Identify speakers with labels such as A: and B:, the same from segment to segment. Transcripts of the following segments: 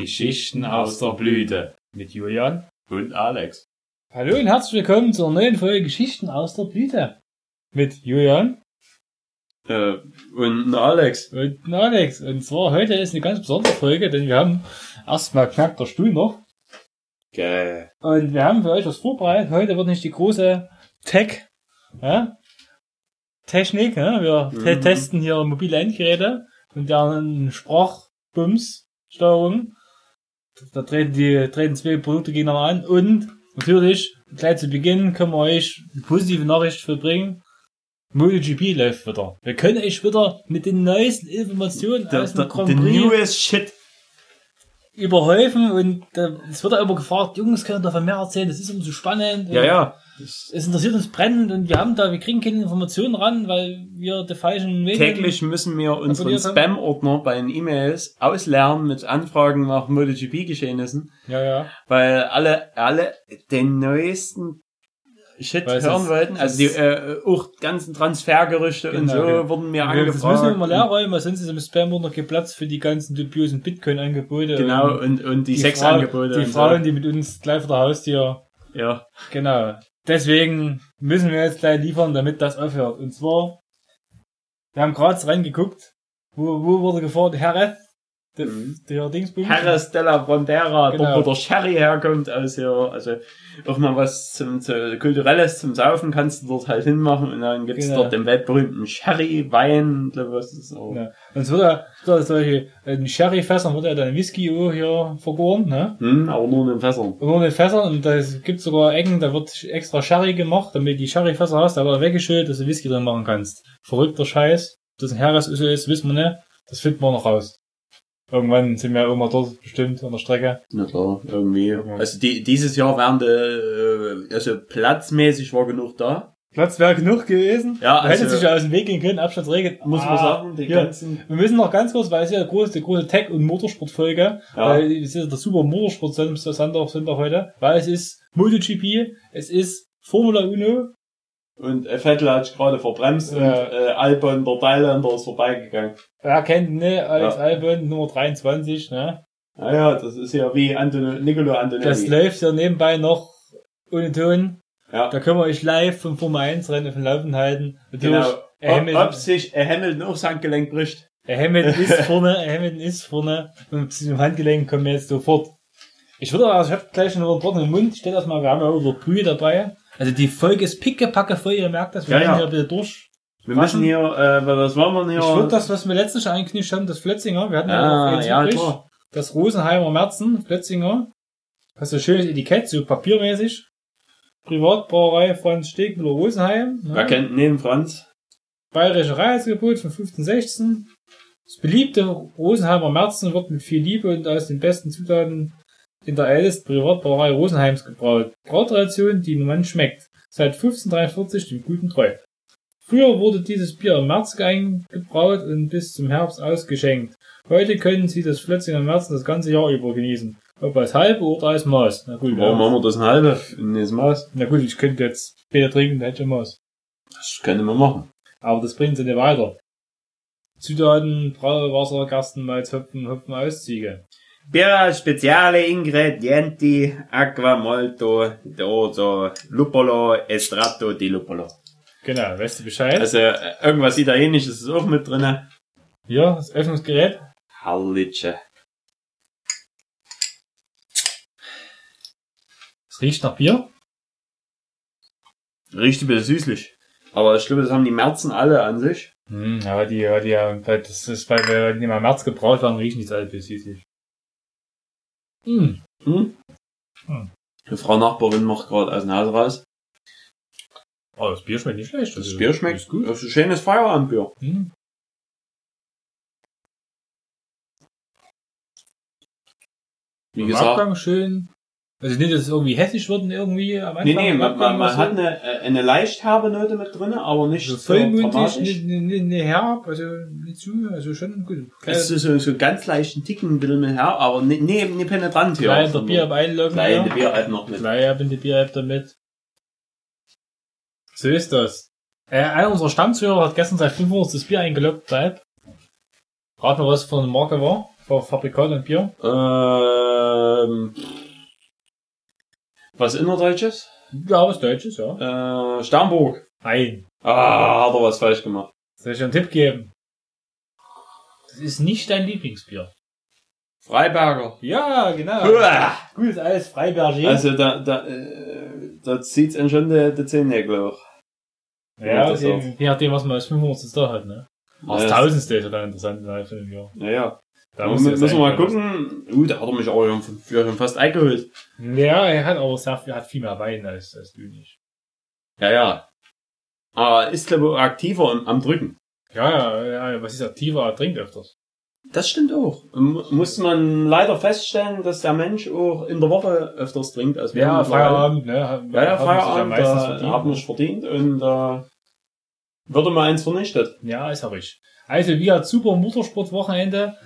A: Geschichten aus der Blüte mit Julian und Alex.
B: Hallo und herzlich willkommen zur neuen Folge Geschichten aus der Blüte. Mit Julian
C: Äh, und ein Alex.
B: und dem Alex. Und zwar heute ist eine ganz besondere Folge, denn wir haben erstmal knackt der Stuhl noch.
C: Geil.
B: Und wir haben für euch was vorbereitet. Heute wird nicht die große Tech, ja? Technik, ja? wir te
C: Mhm.
B: testen hier mobile Endgeräte und deren Sprachbums-Steuerung. Da treten die, treten zwei Produkte gegeneinander an und natürlich, gleich zu Beginn können wir euch eine positive Nachricht verbringen. MotoGP läuft wieder. Wir können euch wieder mit den neuesten Informationen
C: Der,
B: aus dem
C: der,
B: Grand
C: the
B: Prix
C: newest shit.
B: überhäufen und äh, es wird auch immer gefragt, Jungs, könnt ihr davon mehr erzählen, das ist umso spannend.
C: Ja,
B: Und
C: ja.
B: Es interessiert uns brennend und wir haben da, wir kriegen keine Informationen ran, weil wir die falschen Medien...
C: Täglich müssen wir unseren
B: Abonniert haben.
C: Spam-Ordner bei den E-Mails auslernen mit Anfragen nach MotoGP-Geschehnissen,
B: Ja, ja.
C: weil alle, alle den neuesten Shit
B: Weil es
C: hören
B: ist-
C: wollten. Also die, äh, auch ganzen Transfergerüchte und so
B: Genau.
C: wurden mir
B: Wir- Das
C: angefragt.
B: müssen wir mal leer räumen, weil sonst ist im Spam-Ordner kein Platz für die ganzen dubiosen Bitcoin-Angebote.
C: Genau,
B: Und
C: und, und die,
B: Frau-
C: Sexangebote.
B: Die
C: und
B: Frauen, die mit uns gleich vor der Haustür...
C: so. Ja.
B: Genau. Deswegen müssen wir jetzt gleich liefern, damit das aufhört. Und zwar, wir haben gerade reingeguckt, wo, wo wurde gefahren? Herr der,
C: Mhm.
B: der Dingsbums.
C: Harris della Frontera,
B: Genau.
C: dort wo der Sherry herkommt, aus hier, also auch mal was zum, zu, kulturelles zum Saufen kannst du dort halt hinmachen und dann gibt's
B: Genau.
C: dort den weltberühmten Sherry, Wein, glaub, was ist auch.
B: Ja. Und es wird ja, so, solche, äh, in Sherry-Fässern wird ja dann Whisky auch hier vergoren, ne?
C: Hm, aber nur in den Fässern.
B: Und nur mit Fässern, und da gibt sogar Ecken, da wird extra Sherry gemacht, damit du die Sherry-Fässer hast, aber weggeschüttet, dass du Whisky drin machen kannst. Verrückter Scheiß. Ob das ein Herresüssel ist, wissen wir nicht. Das finden wir noch raus. Irgendwann sind wir irgendwann dort bestimmt an der Strecke.
C: Na klar, irgendwie. Also die, dieses Jahr wären die, äh, also platzmäßig war genug da.
B: Platz wäre genug gewesen.
C: Ja,
B: also, hätte
C: also- Ah,
B: sich ja aus dem Weg gehen können, Abstandsregel.
C: Muss man sagen, die
B: Ah, ja.
C: ganzen.
B: Wir müssen noch ganz kurz, weil es ist ja groß, die große Tech- und Motorsportfolge,
C: Ja.
B: weil es ist ja der super motorsport Sonntag Sonntag heute, weil es ist MotoGP, es ist Formula Uno,
C: Und äh, Vettel hat sich gerade verbremst und
B: Ja.
C: äh, Albon, der Thailänder, ist vorbeigegangen.
B: wer kennt, ne, Alex
C: Ja.
B: Albon, Nummer 23, ne,
C: Naja, das ist Ah ja wie Antonio, Nicolo Antonelli.
B: das läuft ja nebenbei noch ohne Ton,
C: ja.
B: da können wir euch live vom Formel 1 Rennen auf dem Laufen halten, natürlich,
C: Genau.
B: er
C: Ob, ob
B: Hamilton,
C: sich äh, Hamilton auch sein Handgelenk bricht.
B: er Hamilton ist vorne, er Hamilton ist vorne, und zu dem Handgelenk kommen wir jetzt sofort. Ich würde aber, ich hab gleich noch ein Wort im Mund, ich stell das mal, wir haben ja auch über Brühe dabei. Also die Folge ist pickepacke voll, ihr merkt das, wir
C: Ja,
B: werden
C: ja.
B: hier ein bisschen durch.
C: Wir
B: Waschen?
C: müssen hier, äh, was wollen wir denn hier?
B: Ich würde das, was wir letztens schon angeknüpft haben, das Flötzinger, wir hatten ja
C: ah,
B: noch
C: ja,
B: eins übrig,
C: klar.
B: das Rosenheimer Merzen, Flötzinger. Hast du ein schönes Etikett, so papiermäßig. Privatbrauerei Franz Stegmüller Rosenheim.
C: Wer
B: Ne?
C: kennt neben Franz?
B: Bayerische Reinheitsgebot von 1516. Das beliebte Rosenheimer Merzen wird mit viel Liebe und aus den besten Zutaten in der ältesten Privatbrauerei Rosenheims gebraut. Brautradition, die man schmeckt. Seit 1543 dem Guten treu. Früher wurde dieses Bier im März eingebraut und bis zum Herbst ausgeschenkt. Heute können Sie das Flötzinger Merzen das ganze Jahr über genießen. Ob als halbe oder als Maß. Na gut,
C: Warum haben wir das ein halbe in das Maß?
B: na gut, ich könnte jetzt Bier trinken, dann hätte ich ein Maß.
C: Das können wir machen.
B: Aber das bringt sie nicht weiter. Zutaten, Brauwasser, Gerstenmalz, Hopfen, Hopfen, Auszüge.
C: Bier, spezielle Ingredienti, Aquamolto, Doso, Lupolo, Estratto di Lupolo.
B: Genau, weißt du Bescheid?
C: Also, äh, irgendwas Italienisches ist auch mit drinne.
B: ja, das Öffnungsgerät.
C: Hallitsche.
B: Es riecht nach Bier.
C: Riecht ein bisschen süßlich. Aber ich glaube, das haben die Merzen alle an sich.
B: Hm, ja, die, ja, die, ja, weil das ist, weil wir die mal im März gebraut waren, riechen die so alt bis süßlich. Hm,
C: Hm?
B: Hm.
C: Die Frau Nachbarin macht gerade aus dem Haus raus.
B: oh, das Bier schmeckt nicht schlecht.
C: Das Bier schmeckt
B: ist
C: gut. Das ist ein schönes Feierabendbier.
B: Hm.
C: Wie
B: Im
C: gesagt.
B: Abgang schön. Also nicht, dass es irgendwie hessisch wird und irgendwie am Anfang.
C: Nee, nee,
B: im
C: man, man,
B: Abgang
C: man
B: so-
C: hat eine, äh, eine leicht herbe Note mit drin, aber nicht
B: also
C: so
B: vollmundig,
C: dramatisch.
B: nicht, nicht, nicht, nicht herb, also nicht zu, also schon gut.
C: Es ist so, so ganz leichten Ticken ein bisschen mit her, aber nee, nee, nee penetrant hier. Also
B: Kleiner Bier am Einloggen. ja.
C: Kleine Bier halt noch mit.
B: Naja, bin die Bier-App damit. So ist das. Äh, einer unserer Stammzuhörer hat gestern sein 500. Bier eingeloggt bei App. Rat mal, was für eine Marke war. War Fabrikant und Bier.
C: Äh, Ähm, was innerdeutsches?
B: Ja, was Deutsches, ja.
C: Äh, Sternburg.
B: Nein.
C: Ah, hat er was falsch gemacht.
B: Soll ich dir einen Tipp geben? Das ist nicht dein Lieblingsbier.
C: Freiberger.
B: Ja, genau.
C: Uah.
B: Gut, ist alles Freiberger.
C: Also da, da, äh, da zieht's einen schon der de Zehennägel auch.
B: ja,
C: das
B: je je nachdem, was man als 500. da hat, ne? Das
C: Ja,
B: Tausendste ist ja dann interessant ne, innerhalb von einem Jahr.
C: Naja,
B: Da
C: Mu-
B: musst du jetzt
C: müssen wir mal
B: eigentlich-
C: gucken. Uh, da hat er mich auch schon, ja, schon fast eingeholt.
B: Ja, er hat aber sehr viel, hat viel mehr Wein als, als du nicht.
C: Ja, ja. Ah, ist glaube ich aktiver am- am Drücken.
B: Ja, ja, ja, was ist aktiver, er trinkt öfters.
C: Das stimmt auch. Mu- Muss man leider feststellen, dass der Mensch auch in der Woche öfters trinkt als wir.
B: Ja,
C: mittlerweile.
B: Feierabend, ne? hat-
C: Ja, ja,
B: hat man sich
C: Feierabend, äh,
B: meistens
C: da
B: verdient.
C: haben wir es verdient ne? und äh, würde mal eins vernichtet.
B: Ja, ist auch richtig. Also, wie hat super Motorsportwochenende.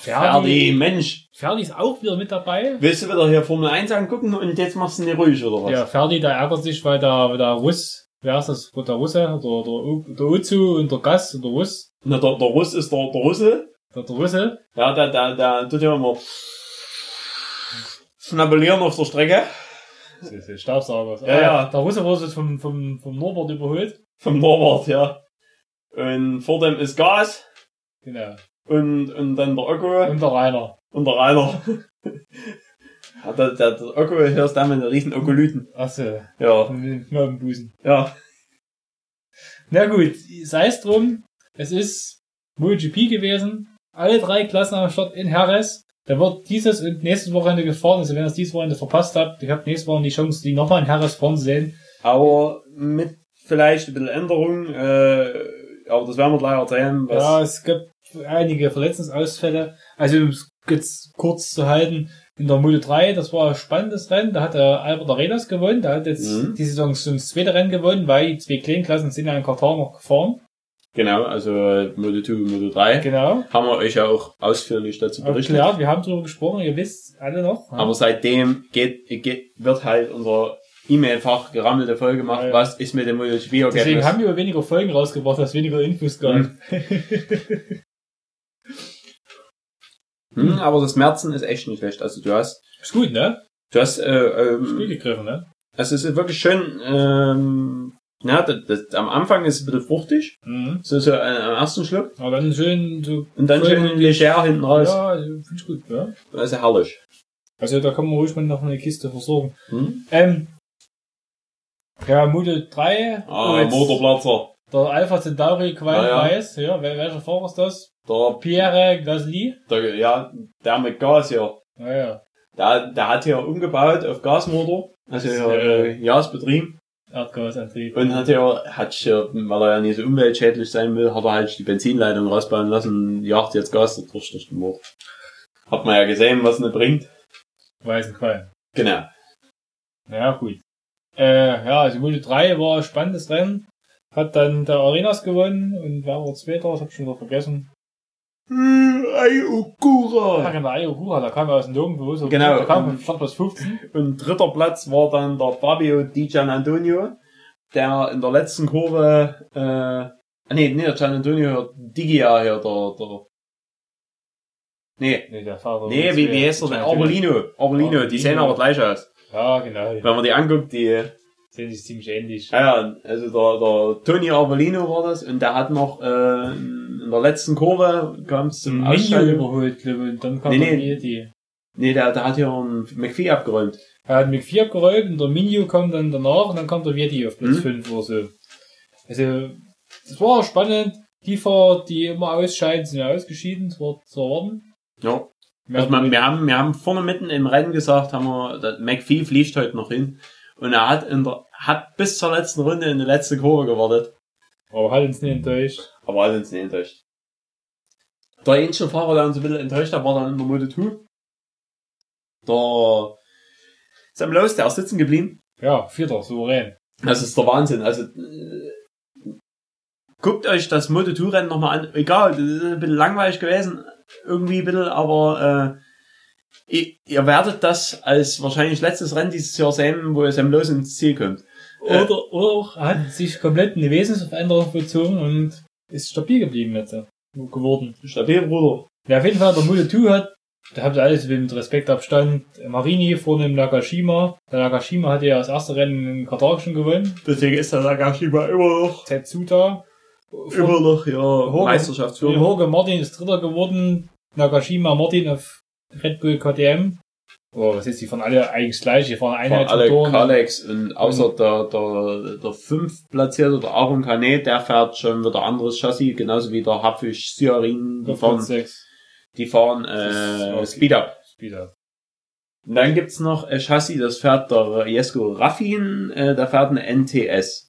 C: Ferdi,
B: Ferdi.
C: Mensch,
B: Ferdi ist auch wieder mit dabei.
C: willst du wieder hier Formel 1 angucken und jetzt machst du ihn ruhig oder was?
B: Ja, Ferdi, der ärgert sich, weil der, der Russ, wer ist das? Der Russe, der, der, U- der Uzu und der Gast und der Russ,
C: Na, der, der Russ ist der, der Russe.
B: der, der Russe,
C: Ja, der, der, der tut ja immer schnabulieren auf der Strecke
B: das ist der Staubsauger. Ah,
C: Ja, ja.
B: Der Russe wurde jetzt vom, vom, vom Norbert überholt.
C: vom Norbert, ja. Und vor dem ist Gas
B: Genau.
C: und, und dann der Öko.
B: Und der Rainer.
C: Und der Rainer. Hat der, der, der Öko hörst da mit den riesen Ökolyten.
B: Achso,
C: Ja,
B: mit dem Busen.
C: ja.
B: Na gut, sei es drum. Es ist MotoGP gewesen. Alle drei Klassen am Start in Jerez. Da wird dieses und nächstes Wochenende gefahren. Also wenn ihr es dieses Wochenende verpasst habt, ihr habt nächstes Wochenende die Chance, die nochmal in Jerez fahren zu sehen.
C: Aber mit vielleicht ein bisschen Änderung, äh, aber das werden wir gleich erzählen, was
B: Ja, es gibt einige Verletzungsausfälle. Also um es jetzt kurz zu halten, in der Moto 3, das war ein spannendes Rennen. Da hat äh, Albert Arenas gewonnen. Der hat jetzt
C: Mhm.
B: die Saison schon das zweite Rennen gewonnen, weil die zwei kleinen Klassen sind ja in Katar noch gefahren.
C: genau, also äh, Moto 2 und Moto 3
B: Genau.
C: haben wir euch ja auch ausführlich dazu berichtet.
B: Klar, wir haben darüber gesprochen, ihr wisst alle noch.
C: Aber seitdem geht, geht, wird halt unser E-Mail-Fach gerammelte voll gemacht,
B: Ja, ja.
C: was ist mit dem Moto 2
B: Deswegen
C: Ergebnis?
B: haben wir weniger Folgen rausgebracht, als weniger Infos gab.
C: Mhm. Hm, aber das Merzen ist echt nicht schlecht. Also du hast,
B: Ist gut, ne?
C: du hast, äh,
B: Ist
C: ähm,
B: gut gegriffen, ne?
C: Also es ist wirklich schön, ähm, na, das, das, am Anfang ist es ein bisschen fruchtig,
B: Mhm.
C: so, so äh, am ersten Schluck,
B: Aber dann schön so.
C: und dann
B: Voll
C: schön leger hinten raus.
B: Ja, also, finde ich gut, ne?
C: Das ist herrlich.
B: Also da kann man ruhig mal noch eine Kiste versorgen.
C: Hm?
B: Ähm. Ja, Moto 3.
C: Ah,
B: jetzt
C: Motorplatzer.
B: Der Alpha Centauri Qual
C: Ja, ja.
B: weiß. Ja, wel- welcher Fahrer ist das?
C: Der,
B: Pierre Gasly.
C: der, ja, der mit Gas hier.
B: Naja.
C: Der, der hat hier umgebaut auf Gasmotor, also
B: Das ist,
C: hier, äh, Gasbetrieb,
B: Erdgasantrieb.
C: und hat hier, hat hier, weil er ja nicht so umweltschädlich sein will, hat er halt die Benzinleitung rausbauen lassen, jagt jetzt Gas durch durch den Motor. Hat man ja gesehen, was ne bringt.
B: Weißen Qual.
C: Genau.
B: Ja, gut. Äh, ja, also Moto 3 war ein spannendes Rennen. Hat dann der Arenas gewonnen und wer war zweiter? Ich hab schon wieder vergessen.
C: Hm, Ei, Okura.
B: Ja, genau, Ayokura, da kam er aus dem Nirgendwo. So
C: Genau.
B: Da kam von Startplatz 15.
C: Und dritter Platz war dann der Fabio Di Gianantonio, der in der letzten Kurve, äh, ah, nee, nee, der Gianantonio, Digia hier, der, der, nee,
B: Nee, der Fahrer.
C: nee, wie, wie heißt der denn? Arbolino, Arbolino, die sehen aber gleich aus.
B: Ja, genau. Die
C: Wenn man die anguckt, die,
B: sehen sich ziemlich ähnlich.
C: ja, ja, also der, der Tony Arbolino war das und der hat noch, äh, in der letzten Kurve kam es zum
B: Minion
C: Ausscheiden.
B: überholt, glaube ich. Und dann kam
C: Nee,
B: nee,
C: nee.
B: nee. die.
C: Nee, der, der hat hier einen McPhee abgeräumt.
B: Er hat mit 4 geräumt und der Minio kommt dann danach und dann kommt der Vietti auf Platz
C: Mhm.
B: 5 oder so. Also, das war spannend. Die Fahrer, die immer ausscheiden, sind ja ausgeschieden, das war zu erwarten.
C: Ja. Also man, wir, haben, wir haben vorne mitten im Rennen gesagt, haben wir, der McPhee fliegt heute noch hin. Und er hat, in der, hat bis zur letzten Runde in die letzte Kurve gewartet.
B: Aber halt hat uns nicht enttäuscht.
C: Aber hat uns nicht enttäuscht. Der einzige Fahrer, der uns ein bisschen enttäuscht hat, war dann in der Moto 2. Der Sam Lowe's, der ist sitzen geblieben.
B: Ja, Vierter, souverän.
C: Das ist der Wahnsinn. Also, äh, guckt euch das Moto 2 Rennen nochmal an. Egal, das ist ein bisschen langweilig gewesen. Irgendwie ein bisschen, aber, äh, ihr, ihr werdet das als wahrscheinlich letztes Rennen dieses Jahr sehen, wo ihr Sam Los ins Ziel kommt. Äh.
B: Oder, oder auch er hat sich komplett eine Wesensveränderung vollzogen und ist stabil geblieben jetzt. äh, Geworden.
C: Stabil, Bruder.
B: Ja, auf jeden Fall, der Moto 2 hat Da habt ihr alles mit Respektabstand. Marini vorne im Nakashima. Der Nakashima hatte ja das erste Rennen in Katar schon gewonnen.
C: Deswegen ist der Sakashima immer noch,
B: Tetsuta.
C: immer noch, ja,
B: Hogan-
C: Meisterschaftsführer.
B: Jorge Martin ist Dritter geworden. Nakashima Martin auf Red Bull KTM. Oh, was ist die von alle eigentlich gleich? Die fahren
C: Von alle
B: Einheitsmotoren.
C: Kalex und außer der, der, der fünf platzierte, der Aaron Kane, der fährt schon wieder anderes Chassis, genauso wie der Hapfisch Siarin, die
B: Auf Platz
C: fahren,
B: 6.
C: die fahren
B: Das
C: äh,
B: ist-
C: Speed Up.
B: Wieder.
C: Und dann gibt's noch ein Chassis, das fährt der Jesko Raffin, äh, der fährt eine NTS.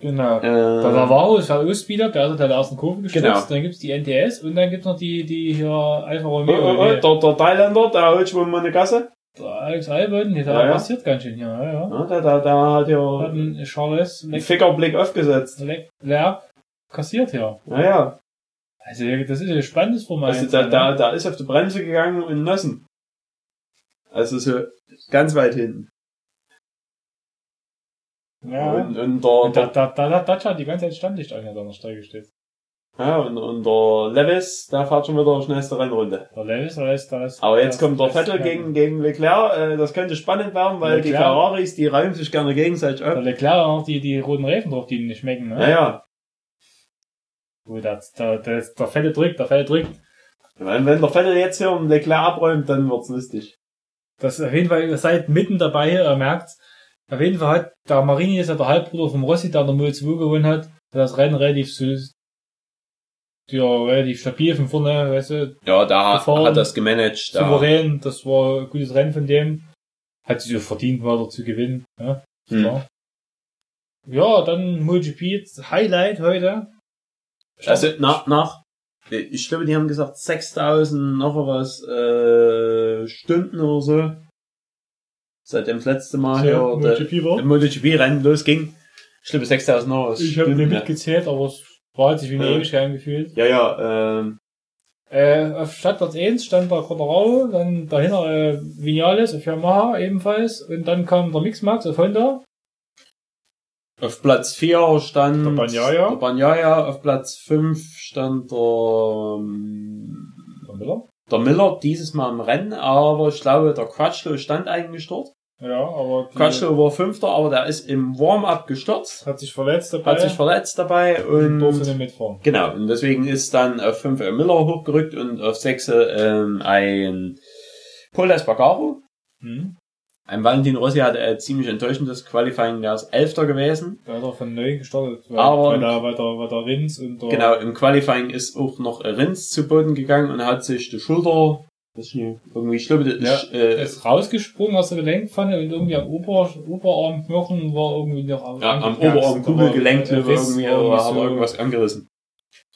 B: Genau.
C: Äh,
B: Bei Navarro ist halt Speeder, der ist halt der ersten Kurve gestürzt.
C: Genau.
B: Dann gibt's die NTS und dann gibt's noch die, die hier Alfa
C: oh,
B: Romeo.
C: oh, oh, der, der Thailänder, der holt schon mal eine Gasse.
B: Der Alex Albon, der
C: Ja, ja.
B: passiert ganz schön hier, ja, ja.
C: Ja, der, der, der hat
B: Hat
C: ja
B: ein Charles
C: einen Fickerblick aufgesetzt.
B: Leclerc kassiert ja.
C: Naja,
B: Also das ist ein spannendes Format.
C: also da, da, da ist auf die Bremse gegangen und Nossen. Also so ganz weit hinten.
B: ja.
C: Und, und, der,
B: Und da, da,
C: der,
B: da, da Dacia hat die ganze Zeit Standlicht an der Strecke steht.
C: ja, und, und der Levis, der fährt schon wieder schnellste Rennrunde.
B: Der Lewis, da ist, da ist.
C: Aber jetzt
B: da ist-
C: kommt der
B: da ist-
C: Vettel gegen, gegen Leclerc. Äh, Das könnte spannend werden, weil die
B: Leclerc.
C: Ferraris, die reiben sich gerne gegenseitig
B: Der
C: ab.
B: Leclerc hat noch die, die roten Reifen drauf, die ihm nicht schmecken, ne?
C: Naja,
B: Gut, da, da, da, ist- der Vettel drückt, der Vettel drückt.
C: wenn, wenn der Vettel jetzt hier um Leclerc abräumt, dann wird's lustig.
B: Das auf jeden Fall, ihr seid mitten dabei, ihr merkt's. Auf jeden Fall hat der Marini ist ja der Halbbruder vom Rossi, der in der Mul 2 gewonnen hat. Der das Rennen relativ süß. Ja, relativ stabil von vorne, weißt du,
C: Ja, da
B: Gefahren. hat das
C: gemanagt.
B: souverän, das war ein gutes Rennen von dem. Hat sich ja verdient, weiter zu gewinnen. Ja,
C: Hm.
B: klar. ja dann MotoGP, das Highlight heute.
C: Also nach, nach, ich glaube, die haben gesagt 6000 noch was äh, Stunden oder so. Seit dem letzten Mal
B: ja,
C: hier der-
B: MotoGP war.
C: im MotoGP-Rennen losging. Ich glaube, 6000 noch was.
B: Ich habe
C: Stunden,
B: nicht
C: ja.
B: mitgezählt, aber es war hat sich wie eine
C: Ja.
B: Ewigkeit angefühlt.
C: Ja, ja, ähm,
B: Äh, auf Stadtplatz 1 stand der Corderau, dann dahinter äh, Vinales auf Yamaha ebenfalls und dann kam der Mixmax auf Honda.
C: auf Platz 4 stand
B: Der Bagnaia.
C: der Bagnaia, auf Platz 5 stand der, ähm,
B: Der Miller.
C: der Miller, dieses Mal im Rennen, aber ich glaube, der Crutchlow stand eigentlich dort.
B: Ja, aber die
C: Crutchlow war Fünfter, aber der ist im Warm-Up gestürzt.
B: hat sich verletzt dabei.
C: hat sich verletzt dabei und
B: durfte nicht mitfahren.
C: genau und deswegen ist dann auf 5 äh, Miller hochgerückt und auf 6 ähm, ein Paul Espargaro.
B: Hm?
C: Ein Valentin Rossi hatte ein ziemlich enttäuschendes Qualifying, der ist Elfter gewesen.
B: Da hat er von neu gestartet, weil,
C: Aber-
B: weil, da, weil, da, weil da Rins und der
C: Genau, im Qualifying ist auch noch Rins zu Boden gegangen und hat sich die Schulter was hier, irgendwie ich glaube, die-
B: Ja,
C: äh,
B: ist rausgesprungen aus der Gelenkpfanne und irgendwie am Ober, Oberarmknochen war irgendwie noch am,
C: ja, am Oberarm Kugelgelenk irgendwie oder hat irgendwas angerissen.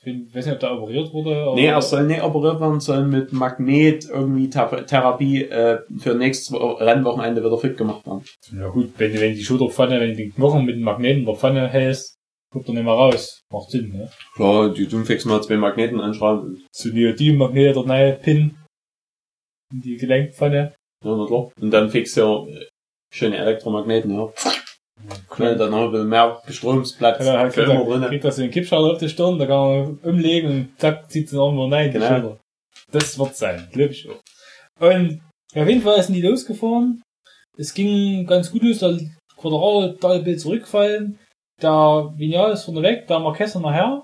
B: Ich weiß nicht, ob da operiert wurde. aber-
C: Nee, er soll nicht operiert werden, soll mit Magnet irgendwie Ther- Therapie äh, für nächstes Wo- Rennwochenende wieder fit gemacht werden.
B: Ja gut, wenn, wenn die Schulterpfanne, wenn du den Knochen mit dem Magneten in der Pfanne hältst, kommt er nicht mehr raus. Macht Sinn, ne?
C: Klar, die tun fix mal zwei Magneten anschrauben.
B: So Neodym-Magnete, der neue Pin in die Gelenkpfanne.
C: Ja, na klar. Und dann fix ja äh, schöne Elektromagneten, ja. Schnell dann noch ein bisschen mehr Stromsplatz
B: Kann er halt
C: für
B: kriegt,
C: immer
B: er,
C: drin.
B: kriegt er so einen Kippschalter auf die Stirn, da kann man umlegen und zack, zieht es irgendwo rein, die
C: Genau.
B: Schulter. Das wird sein, glaube ich auch. Und auf jeden Fall sind die losgefahren. Es ging ganz gut los, der Quadrao da Bild zurückfallen, der Vignal ist vorne weg, der Marquez nachher.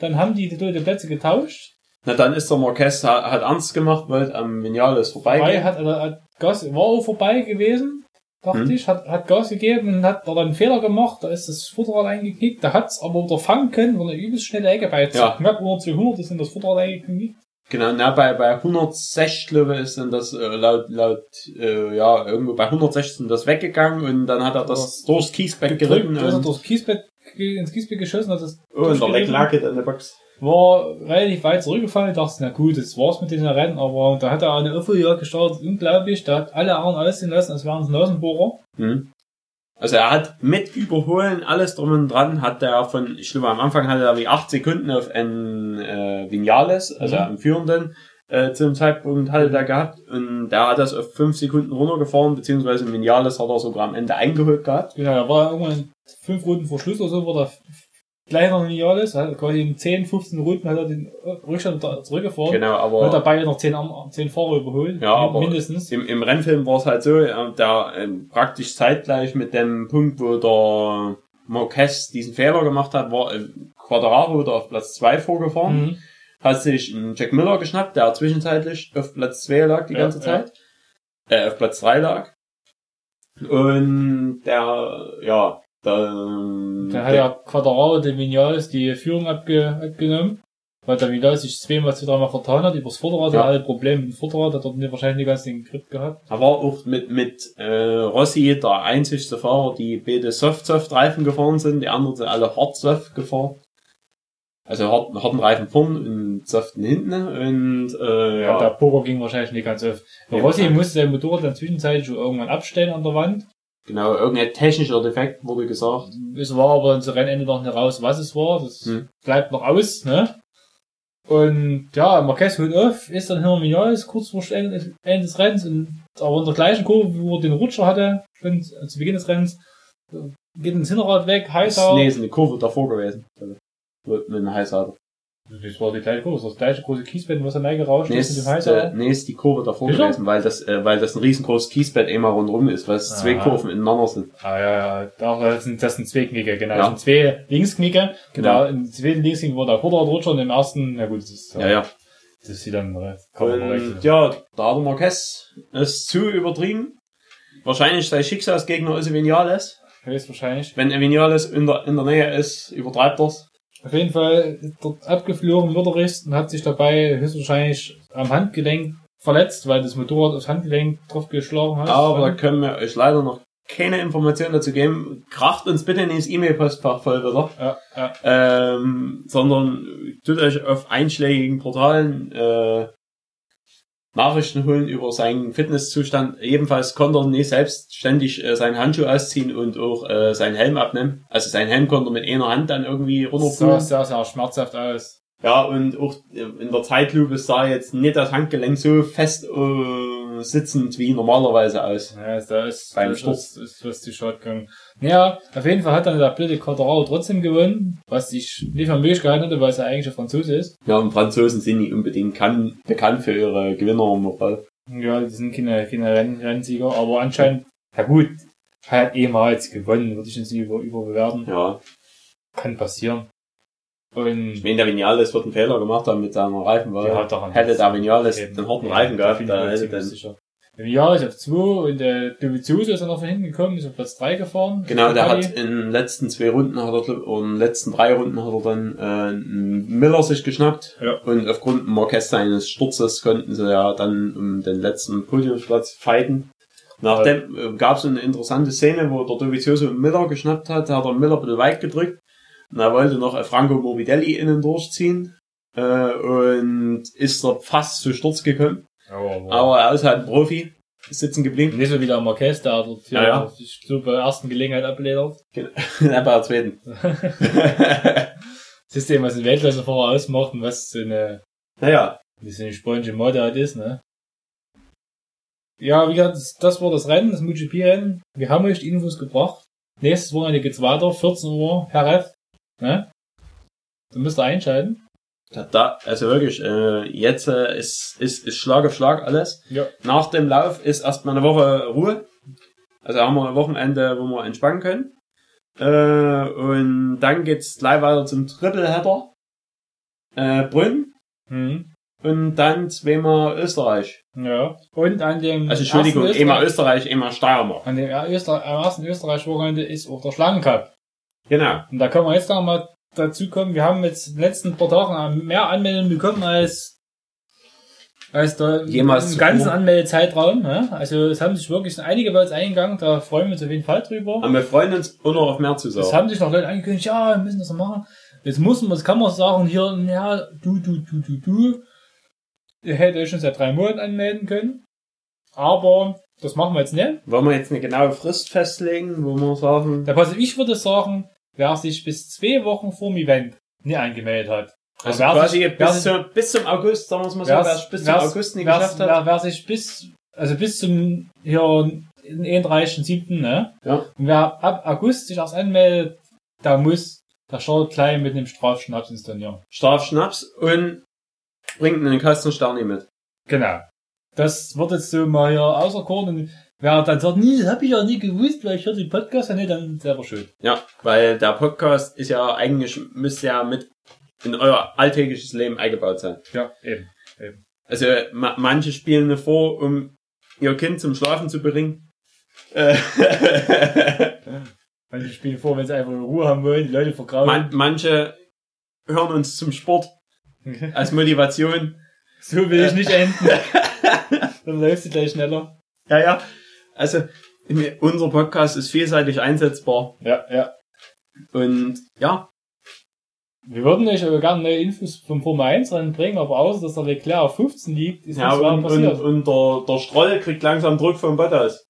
B: Dann haben die die, die Plätze getauscht.
C: Na dann ist der Marquez, hat, hat ernst halt gemacht, weil am Vinales ist
B: vorbei,
C: vorbei.
B: hat, äh, hat, hat Gas, war auch vorbei gewesen, dachte
C: Hm.
B: ich, hat, hat Gas gegeben und hat da dann einen Fehler gemacht, da ist das Futterrad eingeknickt, da hat's aber wieder fangen können, war eine übelst schnelle Ecke bei
C: Ja.
B: knapp unter 200 ist in das Futterrad eingeknickt.
C: Genau, na, bei, bei 106 glaube ich, ist dann das äh, laut, laut, äh, ja, irgendwo bei 116 das weggegangen und dann hat er das durchs Kiesbett geritten.
B: Gedrückt, also
C: Und, Oh,
B: durchs Kiesbett, ge- ins Kiesbett geschossen, hat das
C: und der
B: durchgeritten.
C: Leclerc geht an der Box.
B: war relativ weit zurückgefallen. Ich dachte, na gut, das war's mit den Rennen, aber da hat er eine Öffeljagd gestartet, unglaublich. Da hat alle anderen aussehen lassen, als wären es Nasenbohrer.
C: Hm. Also er hat mit Überholen alles drum und dran, hat er von, ich glaube am Anfang hatte er wie 8 Sekunden auf einen äh, Vinales, also
B: Mhm.
C: am führenden, äh, zu dem Zeitpunkt hatte der gehabt und der hat das auf 5 Sekunden runtergefahren, beziehungsweise Vinales hat er sogar am Ende eingeholt gehabt.
B: Genau, da war irgendwann fünf Runden vor Schluss oder so, war der kleiner Niales, also quasi in 10, 15 Runden hat er den Rückstand da zurückgefahren.
C: Genau,
B: Und hat
C: aber
B: er beide noch 10, am- 10 Fahrer überholt.
C: Ja, aber-
B: mindestens.
C: im, im Rennfilm war es halt so, äh, da ähm, praktisch zeitgleich mit dem Punkt, wo der Marquez diesen Fehler gemacht hat, war äh, Quadraro da auf Platz 2 vorgefahren.
B: Mhm.
C: hat sich einen Jack Miller geschnappt, der zwischenzeitlich auf Platz 2 lag die
B: Ja,
C: ganze
B: ja.
C: Zeit. Äh, auf Platz 3 lag. Und der, ähm, ja, dann,
B: Da hat ja Quadrao dem Vinales die Führung abge abgenommen. Weil der Vinales sich zweimal, zwei, dreimal vertan hat, übers Vorderrad,
C: Ja.
B: der hatte Probleme mit dem Vorderrad, hat dort nicht wahrscheinlich ganz den Grip gehabt.
C: er war auch mit, mit äh, Rossi der einzigste Fahrer, die beide Soft-Soft-Reifen gefahren sind. Die anderen sind alle Hard-Soft gefahren. Also harten, harten Reifen vorn und soften hinten. Und äh,
B: Ja.
C: ja,
B: Der Poker ging wahrscheinlich nicht ganz auf.
C: Ja,
B: Rossi
C: nein.
B: musste sein Motorrad dann zwischenzeitlich schon irgendwann abstellen an der Wand.
C: genau, irgendein technischer Defekt wurde gesagt.
B: Es war aber zu Rennende noch nicht raus, was es war. Das
C: Hm.
B: bleibt noch aus, ne? Und ja, Marquez holt auf, ist dann hinter Vinales kurz vor Ende Ende des Rennens, und, aber in der gleichen Kurve, wo er den Rutscher hatte, schon zu Beginn des Rennens, geht ins Hinterrad weg,
C: Das
B: heißer.
C: ist, nee, ist eine Kurve davor gewesen. Also, mit einem Heißader.
B: Das war die gleiche Kurve, das war das gleiche große Kiesbett, was dann reingerauscht
C: Nee,
B: ist
C: ist,
B: mit dem
C: äh,
B: Heißer.
C: nee, ist die Kurve davor
B: Sicher?
C: gewesen, weil das, äh, weil das ein riesengroßes Kiesbett immer rundherum ist, weil es
B: Aha.
C: zwei Kurven ineinander sind.
B: Ah ja, ja, da sind, das sind zwei Knicke, genau.
C: Ja.
B: Das sind zwei Linksknicke.
C: Genau.
B: Genau. Im zweiten Linksknick war der Vorderradrutscher und im ersten, na gut, das ist,
C: Ja, ja.
B: das ist wieder ein, äh, kann man
C: Und,
B: verwechseln.
C: ja, da hat der Marquez ist zu übertrieben. Wahrscheinlich sein Schicksalsgegner ist Vinales.
B: Höchstwahrscheinlich.
C: Wenn Vinales in der, in der Nähe ist, übertreibt das.
B: Auf jeden Fall ist dort abgeflogen Würderist und hat sich dabei höchstwahrscheinlich am Handgelenk verletzt, weil das Motorrad aufs Handgelenk draufgeschlagen hat.
C: Aber da können wir euch leider noch keine Informationen dazu geben. Kracht uns bitte nicht ins E-Mail-Postfach voll wieder.
B: ja, ja.
C: ähm, sondern tut euch auf einschlägigen Portalen äh, Nachrichten holen über seinen Fitnesszustand. Ebenfalls konnte er nicht selbstständig äh, seinen Handschuh ausziehen und auch äh, seinen Helm abnehmen. Also seinen Helm konnte er mit einer Hand dann irgendwie
B: sah
C: runterpulen.
B: sehr, sehr schmerzhaft aus.
C: Ja, und auch äh, in der Zeitlupe sah jetzt nicht das Handgelenk so fest äh, sitzend wie normalerweise aus.
B: Ja, da ist,
C: Beim
B: das ist,
C: Sturz.
B: ist was die Shotgun. Ja, auf jeden Fall hat dann der blöde Quadrao trotzdem gewonnen, was ich nicht für möglich gehalten hatte, weil es ja eigentlich ein Franzose ist.
C: Ja, und Franzosen sind nicht unbedingt kan bekannt für ihre Gewinnermoral.
B: Ja, die sind keine, keine Renn Rennsieger, aber anscheinend, ja gut, er hat ehemals gewonnen, würde ich jetzt nicht über, überbewerten.
C: Ja,
B: Kann passieren. Und
C: Ich meine, der Vinales wird einen Fehler gemacht haben mit seiner Reifenwahl.
B: Ja, daran
C: hätte der Vinales
B: Eben.
C: einen harten
B: Ja,
C: Reifen
B: da
C: gehabt,
B: bin ich
C: dann
B: mir
C: hätte
B: ziemlich
C: dann,
B: sicher. Im Jahr ist auf 2 und der Dovizioso ist dann noch von hinten gekommen, ist auf Platz 3 gefahren.
C: Genau, der
B: Ferrari.
C: hat in den letzten zwei Runden hat er, glaub- oder in den letzten drei Runden hat er dann äh, einen Miller sich geschnappt.
B: Ja.
C: Und aufgrund dem Orchester eines Sturzes konnten sie ja dann um den letzten Podiumsplatz fighten. Nachdem äh, gab es eine interessante Szene, wo der Dovizioso Miller geschnappt hat, da hat er Miller ein bisschen weit gedrückt. Und er wollte noch äh, Franco Morbidelli innen durchziehen. Äh, und ist da fast zu Sturz gekommen.
B: Aber,
C: Aber er ist halt ein Profi, ist sitzen geblieben.
B: nicht so wie der Marquez, der hat dort
C: Ja, ja.
B: sich so bei der ersten Gelegenheit abledert.
C: Nein, bei der zweiten.
B: Das ist eben, was ein Weltklassefahrer ausmacht und was so eine,
C: naja,
B: wie so eine sponge Mode halt ist, ne? Ja, wie gesagt, das, das war das Rennen, das MotoGP-Rennen. Wir haben euch die Infos gebracht. Nächstes Wochenende geht's weiter, 14 Uhr, Herr Ref, ne? Dann müsst ihr einschalten.
C: da- da, also wirklich, äh, jetzt äh, ist, ist, ist Schlag auf Schlag alles.
B: Ja.
C: Nach dem Lauf ist erstmal eine Woche Ruhe. Also haben wir ein Wochenende, wo wir entspannen können. Äh, und dann geht's gleich weiter zum Triple-Header. Äh, Brünn
B: Mhm.
C: und dann zweimal Österreich.
B: Ja. Und an dem.
C: Also Entschuldigung,
B: ersten
C: einmal
B: Österreich.
C: Österreich, einmal Steiermark.
B: An dem Öster am ersten Österreich-Wochenende ist auch der Schlangencup.
C: Genau.
B: Und da können wir jetzt noch mal dazu kommen. Wir haben jetzt in den letzten paar Tagen mehr Anmeldungen bekommen als, als der
C: Jemals
B: im ganzen
C: zuvor.
B: Anmeldezeitraum. Ne? Also es haben sich wirklich einige bei uns eingegangen. Da freuen wir uns auf jeden Fall drüber.
C: Und wir freuen uns auch noch auf mehr zu
B: Es
C: sagen.
B: haben sich noch Leute angekündigt, ja, wir müssen das noch machen. Jetzt muss man, das kann man sagen, hier, ja, du, du, du, du, du. Ihr hättet euch schon seit drei Monaten anmelden können. Aber das machen wir jetzt nicht.
C: Wollen wir jetzt eine genaue Frist festlegen, wo wir sagen,
B: Da pass auf, ich würde sagen, wer sich bis zwei Wochen vor dem Event nicht angemeldet hat.
C: Also
B: wer
C: quasi
B: sich- wer
C: bis,
B: sich-
C: zum, bis zum August, sagen wir es mal so,
B: wer's-
C: Also wer es bis zum
B: wer's-
C: August nicht
B: wer's-
C: geschafft hat.
B: Wer, wer sich bis, also bis zum, hier, den 31.07., ne?
C: Ja.
B: Und wer ab August sich erst anmeldet, der muss Da startet klein mit einem Strafschnaps installieren.
C: Starf Schnaps und bringt einen Kasten Sterni mit.
B: Genau. Das wird jetzt so mal hier auserkoren. Und wer dann sagt, nee, das hab ich ja nie gewusst, weil ich höre den Podcast, ja, nee, dann selber schuld.
C: Ja, weil der Podcast ist ja eigentlich, müsste ja mit in euer alltägliches Leben eingebaut sein.
B: Ja, eben.
C: Also ma manche spielen eine vor, um ihr Kind zum Schlafen zu bringen. Äh,
B: Manche spielen vor, wenn sie einfach nur Ruhe haben wollen, die Leute vergraben.
C: man manche hören uns zum Sport als Motivation.
B: So will ich nicht enden. dann läuft sie gleich schneller.
C: Ja, ja. Also in- unser Podcast ist vielseitig einsetzbar
B: Ja, ja.
C: und ja,
B: Wir würden euch aber gerne neue Infos vom Formel 1 reinbringen, aber außer, dass der Leclerc auf 15 liegt, ist
C: ja
B: nichts weiter
C: und, und,
B: passiert.
C: und der, der Stroll kriegt langsam Druck vom Bottas.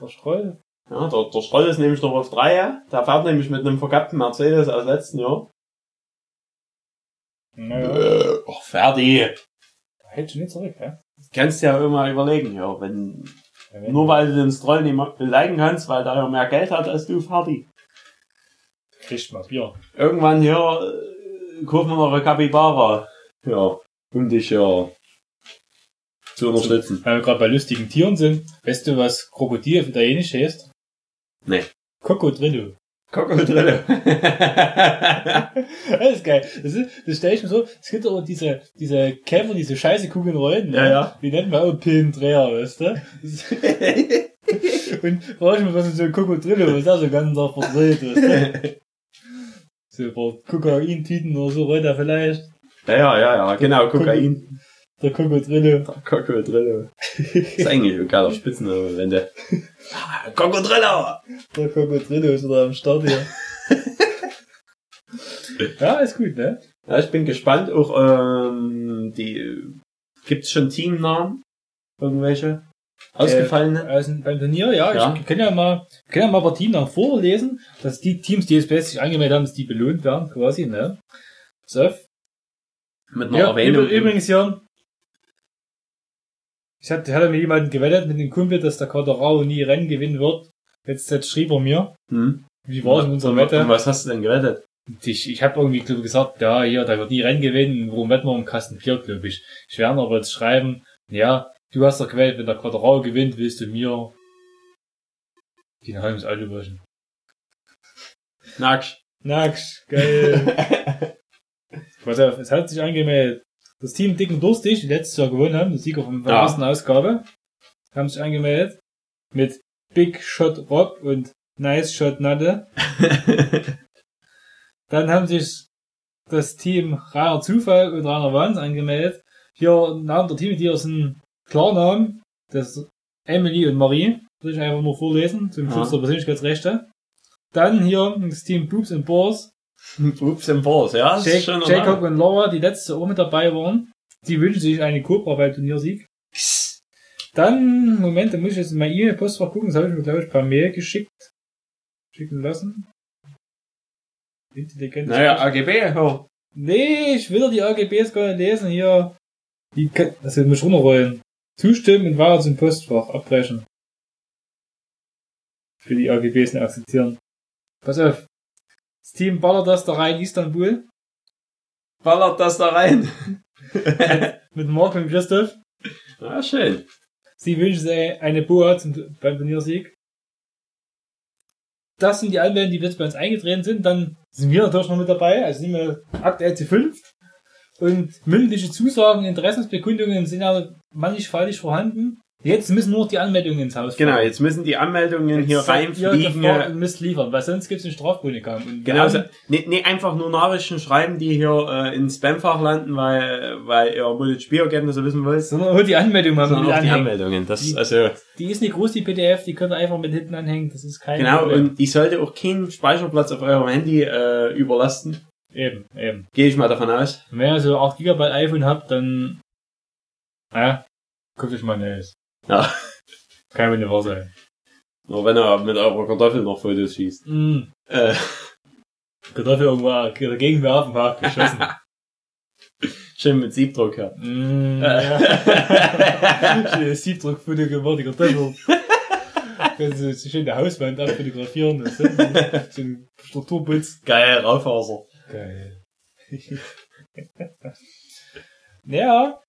B: Der Stroll.
C: Ja, der, der Stroll ist nämlich noch auf 3, ja. Der fährt nämlich mit einem verkappten Mercedes aus letzten Jahr.
B: Naja,
C: Äh, ach, Ferdi.
B: hält schon nicht zurück, hä?
C: Kannst dir ja immer überlegen, ja, wenn
B: Ja, wenn-
C: Nur weil du den Stroll nicht ma- leiden kannst, weil der ja mehr Geld hat als du, Ferdi.
B: Kriegt mal Bier.
C: Irgendwann hier äh, kaufen wir noch eine Capybara. Ja, um dich ja zu unterstützen.
B: Weil wir gerade bei lustigen Tieren sind, weißt du, was Krokodil auf Italienisch heißt?
C: Nee.
B: Cocodrillo.
C: Kokodrille.
B: Das ist geil. Das, ist, das stelle ich mir so, es gibt aber diese, diese Käfer, diese scheiße Kugeln rollen.
C: Ja,
B: ne?
C: ja.
B: Die nennt man auch Pillendreher, weißt du? Und frag ich mich, was ist so ein Cocodrillo, was da so ganz Tag verdreht, weißt du? So ein paar Kokaintüten oder so rollt er vielleicht.
C: ja, ja, ja, ja, genau, Kokain.
B: Der Cocodrillo.
C: Kokodrille. Ist eigentlich ein geiler Spitzname, wenn der. Ah, Kokodrille!
B: Der Cocodrillo ist wieder am Start hier. ja, ist gut, ne?
C: Ja, ich bin gespannt, auch, ähm, die. Gibt's schon Teamnamen? Irgendwelche? Ausgefallene?
B: Also beim Turnier, ja,
C: Ja.
B: ich kann ja mal, ich kann ja mal Partien nach vorlesen, dass die Teams, die jetzt sich angemeldet haben, dass die belohnt werden, quasi, ne? So.
C: Mit einer
B: Ja,
C: Erwähnung.
B: übr- übrigens, Jan. Ich hatte, hatte mir jemanden gewettet mit dem Kumpel, dass der Quadrao nie Rennen gewinnen wird. Jetzt, jetzt schrieb er mir.
C: Hm?
B: Wie war es in unserer Wette?
C: Und was hast du denn gewettet?
B: Und Ich, ich habe irgendwie glaub, ich, gesagt, ja, hier, da wird nie Rennen gewinnen, worum wetten wir um Kasten 4, glaube ich. Ich werde aber jetzt schreiben, ja, du hast doch gewählt, wenn der Quadrao gewinnt, willst du mir den halben Auto waschen.
C: Nacksch.
B: Nacksch, geil. Pass auf, es hat sich angemeldet. Das Team Dicken Durstig, die letztes Jahr gewonnen haben, der Sieger von der
C: Ja.
B: ersten Ausgabe, haben sich angemeldet mit Big Shot Rob und Nice Shot Natte. Dann haben sich das Team Rainer Zufall und Rainer Wanz angemeldet. Hier Namen der Teammitglieder sind Klarnamen, das ist Emily und Marie, würde ich einfach nur vorlesen, zum
C: Ja.
B: Schutz der Persönlichkeitsrechte. Dann hier das Team Boobs and Balls,
C: Ups im Balls, ja? das ist
B: Jake,
C: schon ein
B: Jacob
C: Name.
B: und Laura, die letzte auch mit dabei waren. Die wünschen sich eine Cobra bei Turniersieg. Dann, Moment, da muss ich jetzt in mein E-Mail-Postfach gucken, das habe ich mir, glaube ich, per Mail geschickt. Schicken lassen. Intelligentes
C: Naja, AGB, ja.
B: Nee, ich will doch die AGBs gar nicht lesen hier. Die kann, das wird mich runterrollen. Zustimmen und Ware zum Postfach. Abbrechen. Ich will die AGBs nicht akzeptieren. Pass auf. Das Team ballert das da rein, Istanbul.
C: Ballert das da rein.
B: Mit Marco und Christoph.
C: Ja, Ah, schön.
B: Sie wünschen sich äh, eine Boa zum, beim Turniersieg. Das sind die Anwälte, die jetzt bei uns eingetreten sind. Dann sind wir natürlich noch mit dabei. Also sind wir aktuell zu fünf. Und mündliche Zusagen, Interessensbekundungen sind ja mannigfaltig vorhanden. Jetzt müssen nur noch die Anmeldungen ins Haus.
C: Genau,
B: fallen.
C: jetzt müssen die Anmeldungen hier
B: Jetzt seid ihr
C: reinfliegen.
B: gefragt
C: ja.
B: und müsst liefern, weil sonst gibt es einen Strafbundegang. Und wir
C: Genau, so-
B: haben-
C: nee, nee, einfach nur Nachrichten schreiben, die hier äh, ins Spamfach landen, weil, weil ihr Mullet Spielerkenntnisse wissen wollt.
B: Sondern nur die Anmeldung haben wir
C: Sondern
B: mit
C: auch die
B: anhängen.
C: Anmeldungen. Das,
B: Die-
C: also,
B: Die ist nicht groß, die PDF, die könnt ihr einfach mit hinten anhängen. Das ist kein
C: genau,
B: Problem.
C: und ich sollte auch keinen Speicherplatz auf eurem Handy äh, überlasten.
B: Eben, eben.
C: Gehe ich mal davon aus.
B: Wenn ihr so 8 GB iPhone habt, dann. Ja, guckt euch mal neues.
C: Ja.
B: Kann mir nicht wahr sein.
C: Nur wenn er mit eurer Kartoffel noch Fotos schießt.
B: Mhm.
C: Äh,
B: Kartoffel irgendwo dagegen werfen, war geschossen.
C: schön mit Siebdruck, ja.
B: Mm, mhm. Ja. Siebdruckfoto gemacht, die Kartoffel. Kannst du so schön der Hauswand abfotografieren. Das ist so ein Strukturputz.
C: Geil, Raufaser.
B: Geil. naja.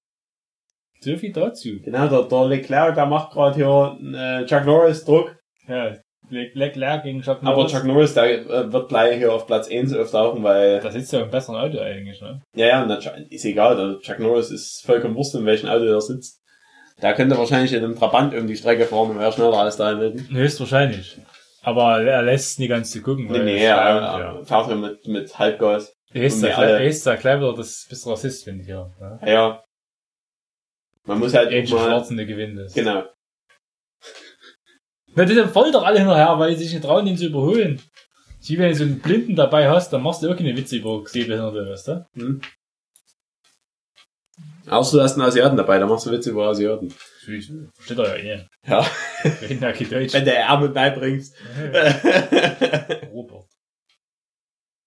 B: So viel dazu.
C: Genau, der, der Leclerc, der macht gerade hier äh, Chuck Norris Druck.
B: Ja, Leclerc Leck, Leck gegen Chuck
C: Aber Chuck Norris, der äh, wird gleich hier auf Platz 1 auftauchen, weil.
B: da sitzt ja im besseren Auto eigentlich, ne?
C: Ja, ja, na, Chuck- ist egal, der Chuck Norris ist vollkommen wurscht, in welchem Auto der sitzt. Der könnte wahrscheinlich in einem Trabant um die Strecke fahren und wäre schneller als da hinten.
B: Höchstwahrscheinlich. Aber er lässt es nie ganz zu gucken.
C: Nee, nee,
B: es-
C: ja, ja. fährt hier mit, mit Halbgas.
B: Er ist
C: Und
B: der
C: wir alle-
B: Kle- er ist der Kleiber, das bist du Rassist, finde ich ja. Ne?
C: Ja, Ja. Man muss halt
B: Angel
C: auch mal.
B: Schwarzen, der gewinnt ist.
C: Genau.
B: Na, deshalb fallen doch alle hinterher, weil die sich nicht trauen, ihn zu überholen. Sie, wenn du so einen Blinden dabei hast, dann machst du auch keine Witze über Sehbehinderte, weißt du?
C: Hm. Außer du hast einen Asiaten dabei, da machst du Witze über Asiaten.
B: Versteht er ja eh. nicht.
C: Ja.
B: Wir reden ja kein Deutsch.
C: Wenn der R mit beibringst.
B: Robert.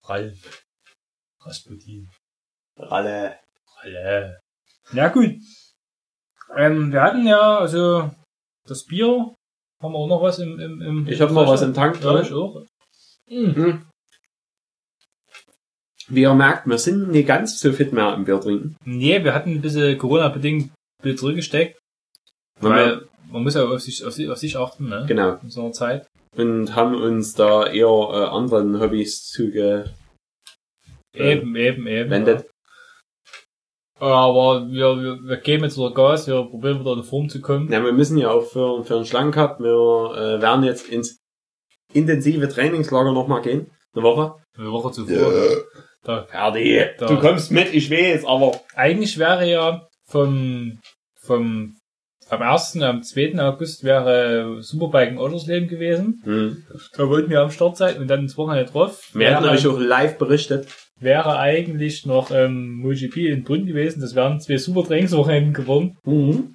B: Ralf. Rasputin.
C: Ralle.
B: Alle. Na gut. Ähm, wir hatten ja, also, das Bier. Haben wir auch noch was im... im, im
C: Ich hab noch was im Tank
B: Ja, ich
C: drin.
B: auch. Hm.
C: Hm. Wie ihr merkt, wir sind nicht ganz so fit mehr im Bier trinken.
B: Nee, wir hatten ein bisschen Corona-bedingt ein bisschen zurückgesteckt.
C: Wenn
B: Weil man muss ja auf sich, auf sich, auf sich achten, ne?
C: wir, genau.
B: In so einer Zeit.
C: Und haben uns da eher äh, anderen Hobbys zugewendet. Äh,
B: Eben, eben, eben. Ja. Aber wir, wir, wir geben jetzt wieder Gas, wir probieren wieder in Form zu kommen.
C: Ja, wir müssen ja auch für, für einen Schlangencut, wir äh, werden jetzt ins intensive Trainingslager nochmal gehen. Eine Woche.
B: Eine Woche zuvor. Da,
C: Ferdi,
B: Da.
C: du kommst mit, ich weiß, aber...
B: eigentlich wäre ja vom, vom, am 1. und am 2. August wäre Superbike in Ottersleben gewesen.
C: Hm.
B: Da wollten wir am Start sein und dann ins Wochenende drauf.
C: Wir hätten
B: Wäre-
C: euch auch live berichtet.
B: wäre eigentlich noch ähm, MotoGP in Brünn gewesen. Das wären zwei super Trainingswochenenden geworden.
C: Mhm.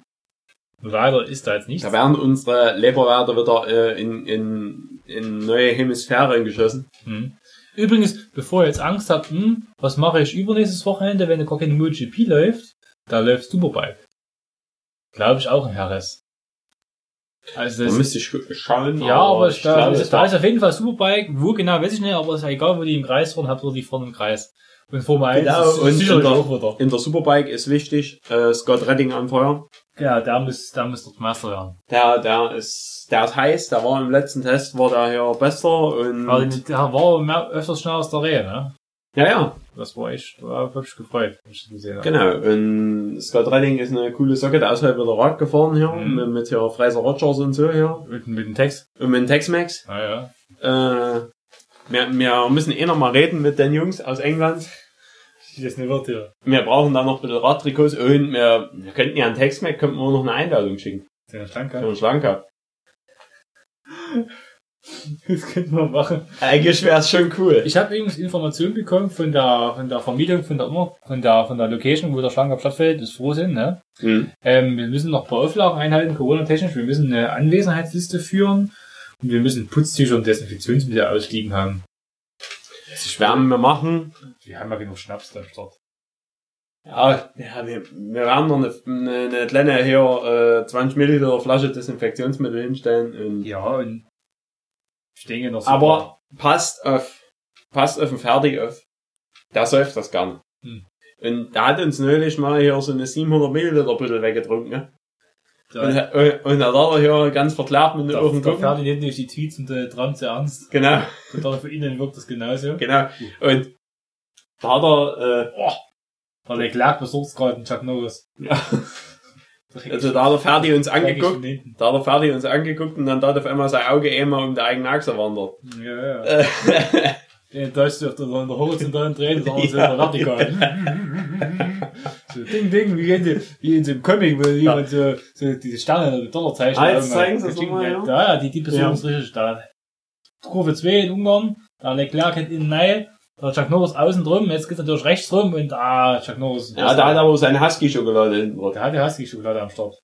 B: Leider ist da jetzt nichts.
C: Da werden unsere Leberwerte wieder äh, in, in, in neue Hemisphären geschossen.
B: Hm. Übrigens, bevor ihr jetzt Angst habt, hm, was mache ich übernächstes Wochenende, wenn gar kein MotoGP läuft, da läuft Superbike. Glaube ich auch in Herres. Also
C: Da
B: das
C: müsste ich sch- schauen.
B: ja, aber
C: Oh, ich
B: ich da,
C: glaube, es
B: da
C: war-
B: ist auf jeden Fall Superbike. Wo genau, weiß ich nicht, aber es ist ja egal, wo die im Kreis fahren, habt ihr die vorne im Kreis. Und Formel 1
C: Genau,
B: ist
C: und-
B: sicherlich
C: und-
B: auch wieder.
C: In der Superbike ist wichtig, äh, Scott Redding anfeuern.
B: Ja, der muss, der muss dort Meister werden.
C: Der, der ist, der ist heiß, der war im letzten Test, war der hier besser und,
B: Aber der war mehr, öfters schnell aus der Reihe, ne?
C: ja, ja,
B: Das war echt, war hübsch gefreut, wenn ich das gesehen habe.
C: genau. Und Scott Redding ist eine coole Socke, der ist halt wieder Rad gefahren hier,
B: Mhm.
C: mit, mit hier Fraser Rogers und so hier,
B: Mit, mit dem Text.
C: und mit Tex-Mex.
B: Naja.
C: Äh, wir, wir müssen eh noch mal reden mit den Jungs aus England.
B: Ich das nicht wird hier.
C: Wir brauchen da noch ein bisschen Radtrikots und wir, wir könnten ja einen Tex-Mex, könnten wir noch eine Einladung schicken.
B: Den
C: Für
B: Schlanker.
C: einen Schlanker.
B: Das könnte man machen.
C: Eigentlich wäre es schon cool.
B: Ich habe übrigens Informationen bekommen von der, von der Vermietung, von der, Immer- von der, von der Location, wo der Schlanker stattfindet, ist Frohsinn, ne?
C: Mhm.
B: Ähm, wir müssen noch ein paar Auflagen einhalten, Corona-technisch. Wir müssen eine Anwesenheitsliste führen. Und wir müssen Putztücher und Desinfektionsmittel ausliegen haben.
C: Werden wir machen.
B: Wir haben ja genug Schnaps da am Start.
C: Ja, ja wir, wir werden noch eine, eine, eine kleine hier, äh, 20 Milliliter Flasche Desinfektionsmittel hinstellen. Und
B: Ja, und ich denke noch
C: Aber passt auf, passt auf den Fertig auf. Der säuft das gerne.
B: Hm.
C: Und der hat uns neulich mal hier so eine 700 Milliliter Büttel weggetrunken. Ne?
B: Da-
C: Und, äh, und, und dann hat er hier ganz verklärt mit den
B: Da,
C: Augen
B: da
C: gucken.
B: fährt ihn nicht durch die Tweets und äh, träumt sehr ernst.
C: Genau,
B: Und dann für ihn wirkt das genauso.
C: genau. Und da hat er, äh,
B: Weil der Clark besorgt gerade einen Chuck Norris.
C: ja,
B: Dreckig-
C: also da hat er Ferdi uns
B: dreckig
C: angeguckt,
B: von hinten.
C: da hat er Ferdi uns angeguckt und dann hat auf einmal sein Auge immer um die eigene Achse wandert.
B: Ja, ja.
C: Äh,
B: Den täuscht sich dann der horizontalen Tränen, der andere
C: Ja.
B: ist in der vertikalen. so, ding, ding, wie in, dem- wie in so einem Comic, wo jemand so, so diese Sterne oder Dollarzeichen
C: Ah, jetzt
B: haben.
C: zeigen sie es
B: Ding,
C: nochmal,
B: ja.
C: ja.
B: Ja, die, die Person
C: Ja.
B: ist richtig da. Kurve 2 in Ungarn, da der Clark hat innen rein, da Chuck Norris außen drum, jetzt geht's natürlich rechts rum und ah, Chuck Norris. ist
C: Ja, da hat er aber seine Husky-Schokolade hinten drauf.
B: Da hat der Husky-Schokolade am Start.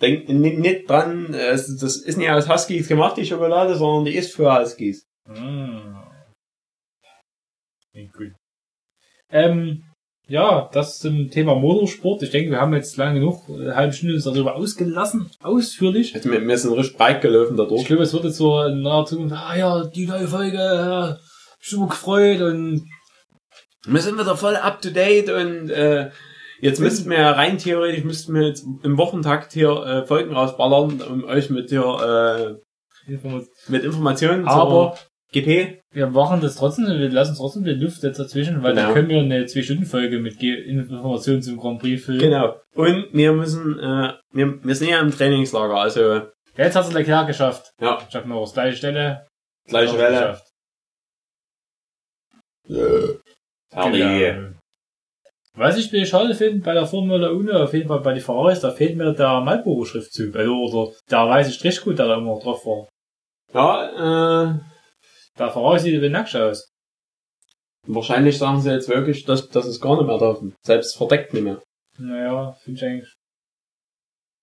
C: Denkt nicht, nicht dran, äh, das ist nicht aus Huskies gemacht, die Schokolade, sondern die ist für Huskies.
B: Ah. Mm. Klingt gut. Ähm, Ja, das zum Thema Motorsport. Ich denke, wir haben jetzt lange genug, äh, eine halbe Stunde uns darüber ausgelassen, ausführlich.
C: Also, wir, wir sind richtig breit gelaufen
B: Ich
C: dadurch.
B: glaube, es wird jetzt so in naher Zukunft, ah ja, die neue Folge, ja, schon mal gefreut und
C: Wir sind wieder voll up to date und äh, jetzt müssten wir ja rein theoretisch müssten wir jetzt im Wochentakt hier äh, Folgen rausballern, um euch mit hier äh, mit Informationen
B: Aber-
C: zur GP.
B: wir machen das trotzdem, wir lassen trotzdem den Luft jetzt dazwischen, weil
C: Genau.
B: dann können wir eine zwei Stunden Folge mit Ge- Informationen zum Grand Prix füllen.
C: Genau. Und wir müssen, äh, wir, wir sind ja im Trainingslager, also
B: Ja, jetzt hat es Leclerc geschafft.
C: ja,
B: Schaffen wir auch das gleiche Stelle.
C: gleiche
B: Auch
C: Welle.
B: geschafft.
C: Genau.
B: Genau. Was ich mir schade finde, bei der Formula 1, auf jeden Fall bei den Ferraris, da fehlt mir der Marlboro-Schriftzug, also, oder der weiße Strichcode, der da immer drauf war.
C: Ja, äh,
B: Der Ferrari sieht wie nackt aus.
C: wahrscheinlich sagen sie jetzt wirklich, dass das ist gar nicht mehr drauf. Selbst verdeckt nicht mehr.
B: Naja, finde ich eigentlich.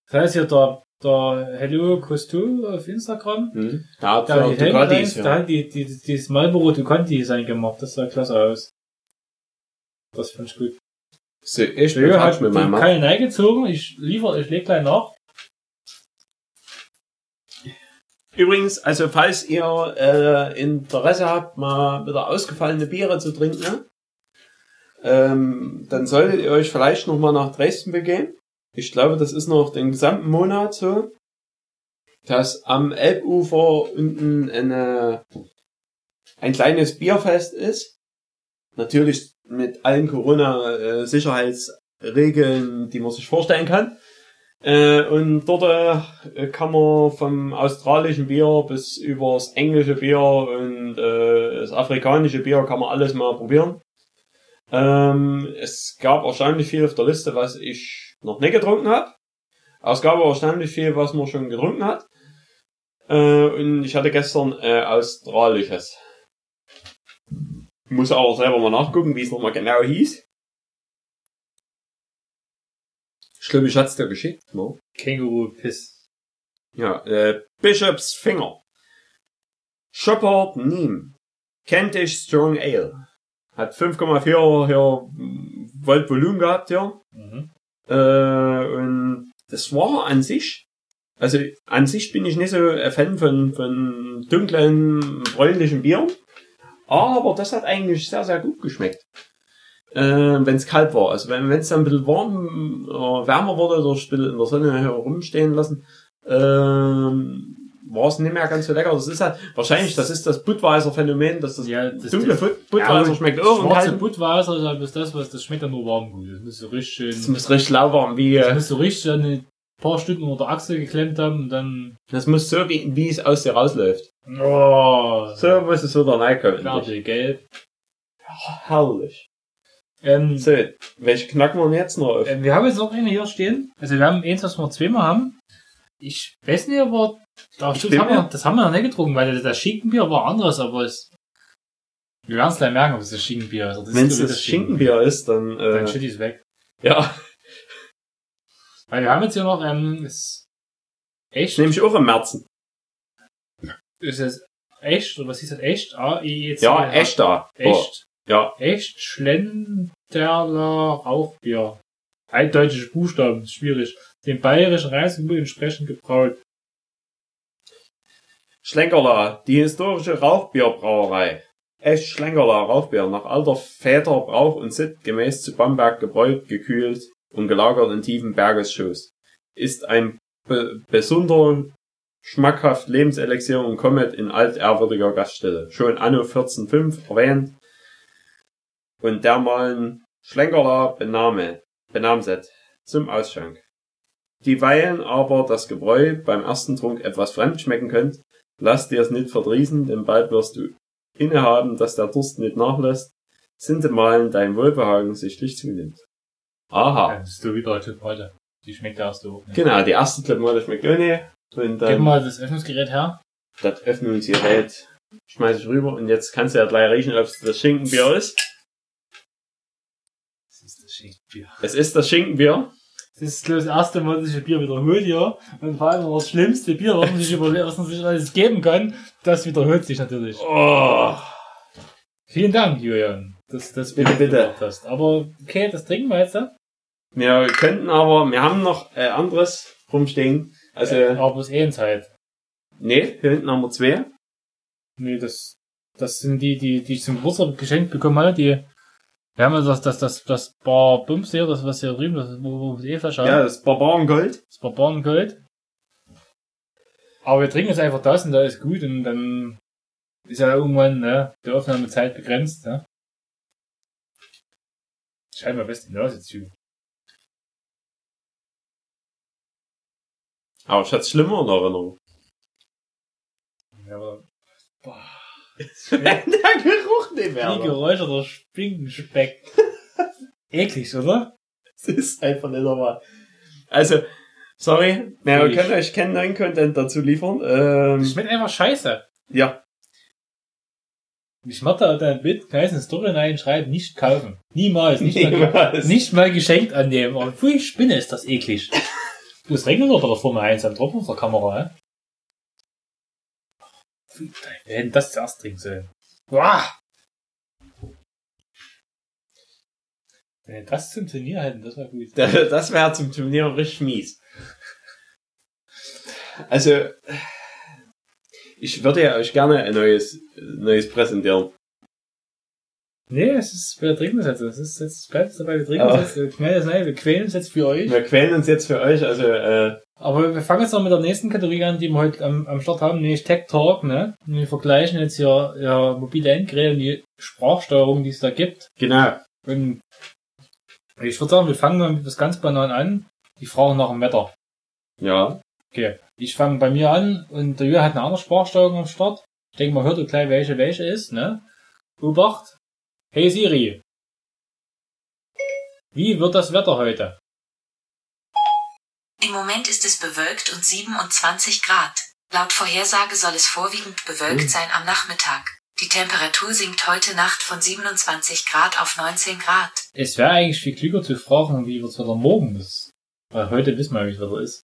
B: Das heißt hier der, der Hello Costo auf Instagram,
C: Hm? Ja,
B: der
C: für
B: hat die Helme rein,
C: Ducatis, ja.
B: der hat die, die, die, dieses Marlboro Ducati Design gemacht, das sah klasse aus. Das fand ich gut.
C: So, ich bin
B: Jürgen
C: falsch
B: hat
C: mit meinem Mann.
B: keine Neige gezogen. Ich liefer, ich leg gleich nach.
C: Übrigens, also falls ihr äh, Interesse habt, mal wieder ausgefallene Biere zu trinken, ne? ähm, dann solltet ihr euch vielleicht nochmal nach Dresden begeben. Ich glaube, das ist noch den gesamten Monat so, dass am Elbufer unten eine, ein kleines Bierfest ist. Natürlich mit allen Corona-Sicherheitsregeln, die man sich vorstellen kann. Äh, und dort äh, kann man vom australischen Bier bis über das englische Bier und äh, das afrikanische Bier kann man alles mal probieren. Ähm, es gab erstaunlich viel auf der Liste, was ich noch nicht getrunken habe. Aber es gab auch erstaunlich viel, was man schon getrunken hat. Äh, und ich hatte gestern äh, australisches. Muss aber selber mal nachgucken, wie es nochmal genau hieß. Ich glaube, ich hatte es dir geschickt, ne?
B: Känguru, Piss.
C: Ja, äh, Bishop's Finger. Shepherd Neem. Kentish Strong Ale. Hat 5,4 hier, mm, Volt Volumen gehabt, ja.
B: Mhm.
C: Äh, und das war an sich, also an sich bin ich nicht so ein Fan von, von dunklen, bräunlichen Bieren. Aber das hat eigentlich sehr, sehr gut geschmeckt. Äh, wenn es kalt war. Also wenn es dann ein bisschen warm, äh, wärmer wurde oder ein bisschen in der Sonne herumstehen lassen, ähm, war es nicht mehr ganz so lecker. Das ist halt, wahrscheinlich, das ist das Budweiser-Phänomen, dass das,
B: Ja, das-
C: dunkle
B: das-
C: Bud- Budweiser schmeckt auch im
B: Schwarze
C: kalten.
B: Budweiser, das ist also halt das, was, das schmeckt ja nur warm gut. Das muss so richtig
C: Das
B: schön,
C: muss richtig lauwarm, wie,
B: das
C: äh,
B: muss so richtig ein paar Stücken unter der Achse geklemmt haben und dann,
C: das muss so, wie, wie es aus dir rausläuft.
B: oh,
C: So muss es wieder reinkommen.
B: fertig, gelb.
C: Herrlich.
B: Ähm,
C: So, welche knacken wir denn jetzt noch auf?
B: ähm, wir haben jetzt noch eine hier stehen. Also wir haben eins, was wir zweimal haben. Ich weiß nicht, aber, das,
C: bin
B: haben wir,
C: mir-
B: das haben wir noch nicht getrunken, weil das, das Schinkenbier war anderes, aber es, wir werden es gleich merken, ob es das Schinkenbier ist. oder
C: Wenn es
B: ist
C: das Schinkenbier ist, dann, äh,
B: Dann Shitty ist weg.
C: ja.
B: Weil wir haben jetzt hier noch, ähm, ist echt,
C: Nehme ich auch im Märzen.
B: ist es echt, oder was hieß das, echt? A, I, E, C,
C: Ja,
B: H.
C: echt da. Oh,
B: Echt,
C: ja.
B: echt Schlenderler Rauchbier. Altdeutsche Buchstaben, ist schwierig. Dem bayerischen Reisemüll entsprechend gebraut.
C: Schlenkerla, die historische Rauchbierbrauerei. Echt Schlenkerla Rauchbier, nach alter Väter Brauch und Sitt gemäß zu Bamberg gebräut, gekühlt und gelagert in tiefen Bergesschoß. Ist ein be besonderer, schmackhaft Lebenselixier und kommet in altehrwürdiger Gaststätte. Schon anno 1405 erwähnt und dermalen Schlenkerla Bename, benamset zum Ausschank. Dieweil aber das Gebräu beim ersten Trunk etwas fremd schmecken könnt, Lass dir's nicht verdrießen, denn bald wirst du innehaben, dass der Durst nicht nachlässt, sintemalen dein Wohlbehagen sichtlich zunimmt. Aha.
B: Ja, Das ist so wie deutsche Bräute. Die schmeckt ja erst so.
C: Genau, die erste Klamotte schmeckt auch nicht.
B: Gib
C: Und dann
B: mal das Öffnungsgerät her.
C: das Öffnungsgerät schmeiß ich rüber und jetzt kannst du ja gleich riechen, ob es das Schinkenbier ist.
B: Das ist das Schinkenbier.
C: Es ist das Schinkenbier.
B: Das ist glaub ich, das erste Mal, dass ich ein Bier wiederholt hier. Und vor allem auch das schlimmste Bier, was man sich, über, was man sich alles geben kann, das wiederholt sich natürlich.
C: Oh.
B: Vielen Dank, Julian. dass du das
C: Bitte,
B: Bild
C: bitte.
B: gemacht hast. Aber okay, das trinken wir jetzt. Ne?
C: Wir könnten aber, wir haben noch äh, anderes rumstehen. Also,
B: Äh, aber bloß eins halt.
C: nee, hier hinten haben wir zwei.
B: Nee, das, das sind die, die, die ich zum Geburtstag geschenkt bekommen habe, die, wir haben ja das, das, das, das Bar Bums hier, das, was hier drüben, das, wo, wo wir das E-Flasche haben.
C: Ja, das Barbarengold.
B: Das war Barbarengold. Aber wir trinken jetzt einfach das und da ist gut und dann ist ja irgendwann ne, die Aufnahmezeit begrenzt. Ne? Schreib mal best die Nase zu.
C: Aber ich hatte es schlimmer in Erinnerung.
B: Ja, aber
C: Der Geruch nicht
B: die
C: Alter.
B: Geräusche der Spinkenspeck. Eklig, oder?
C: Das ist einfach nicht normal. Also, sorry, na, wir
B: Ich-
C: können euch keinen neuen Content dazu liefern. Ähm,
B: Schmeckt einfach scheiße.
C: ja,
B: Mich macht da dein Bild geheißen Story reinschreiben, nicht kaufen. Niemals. Nicht, Mal,
C: niemals.
B: nicht mal geschenkt annehmen. Aber pfui, Spinne ist das eklig. Du, es regnet unter der Formel 1 am Tropfen unserer Kamera, hä? Pfui, Wir hätten das zuerst trinken sollen. Uah! Wenn wir das zum Turnier hätten, das war gut.
C: Da- Das wäre zum Turnier richtig mies. Also, ich würde ja euch gerne ein neues, neues präsentieren.
B: Nee, es ist, wir trinken das jetzt. Es ist, jetzt bleibt es dabei, wir trinken
C: Aber-
B: das jetzt. Wir knallen das rein, wir quälen uns jetzt für euch.
C: Wir quälen uns jetzt für euch, also, äh,
B: Aber wir fangen jetzt noch mit der nächsten Kategorie an, die wir heute am, am Start haben, nämlich Tech Talk, ne? Und wir vergleichen jetzt hier, ja, mobile Endgeräte und die Sprachsteuerung, die es da gibt.
C: genau.
B: Und ich würde sagen, wir fangen mal mit was ganz Banalen an. Die Frage nach dem Wetter.
C: Ja.
B: Okay. Ich fange bei mir an und der Jürgen hat eine andere Sprachsteuerung am Start. Ich denke, man hört doch gleich, welche welche ist, ne? Obacht. Hey Siri. Wie wird das Wetter heute?
D: Im Moment ist es bewölkt und 27 Grad. Laut Vorhersage soll es vorwiegend bewölkt sein am Nachmittag. Die Temperatur sinkt heute Nacht von 27 Grad auf 19 Grad.
B: Es wäre eigentlich viel klüger zu fragen, wie wird's Wetter morgen ist. Weil heute wissen wir, wie es Wetter ist.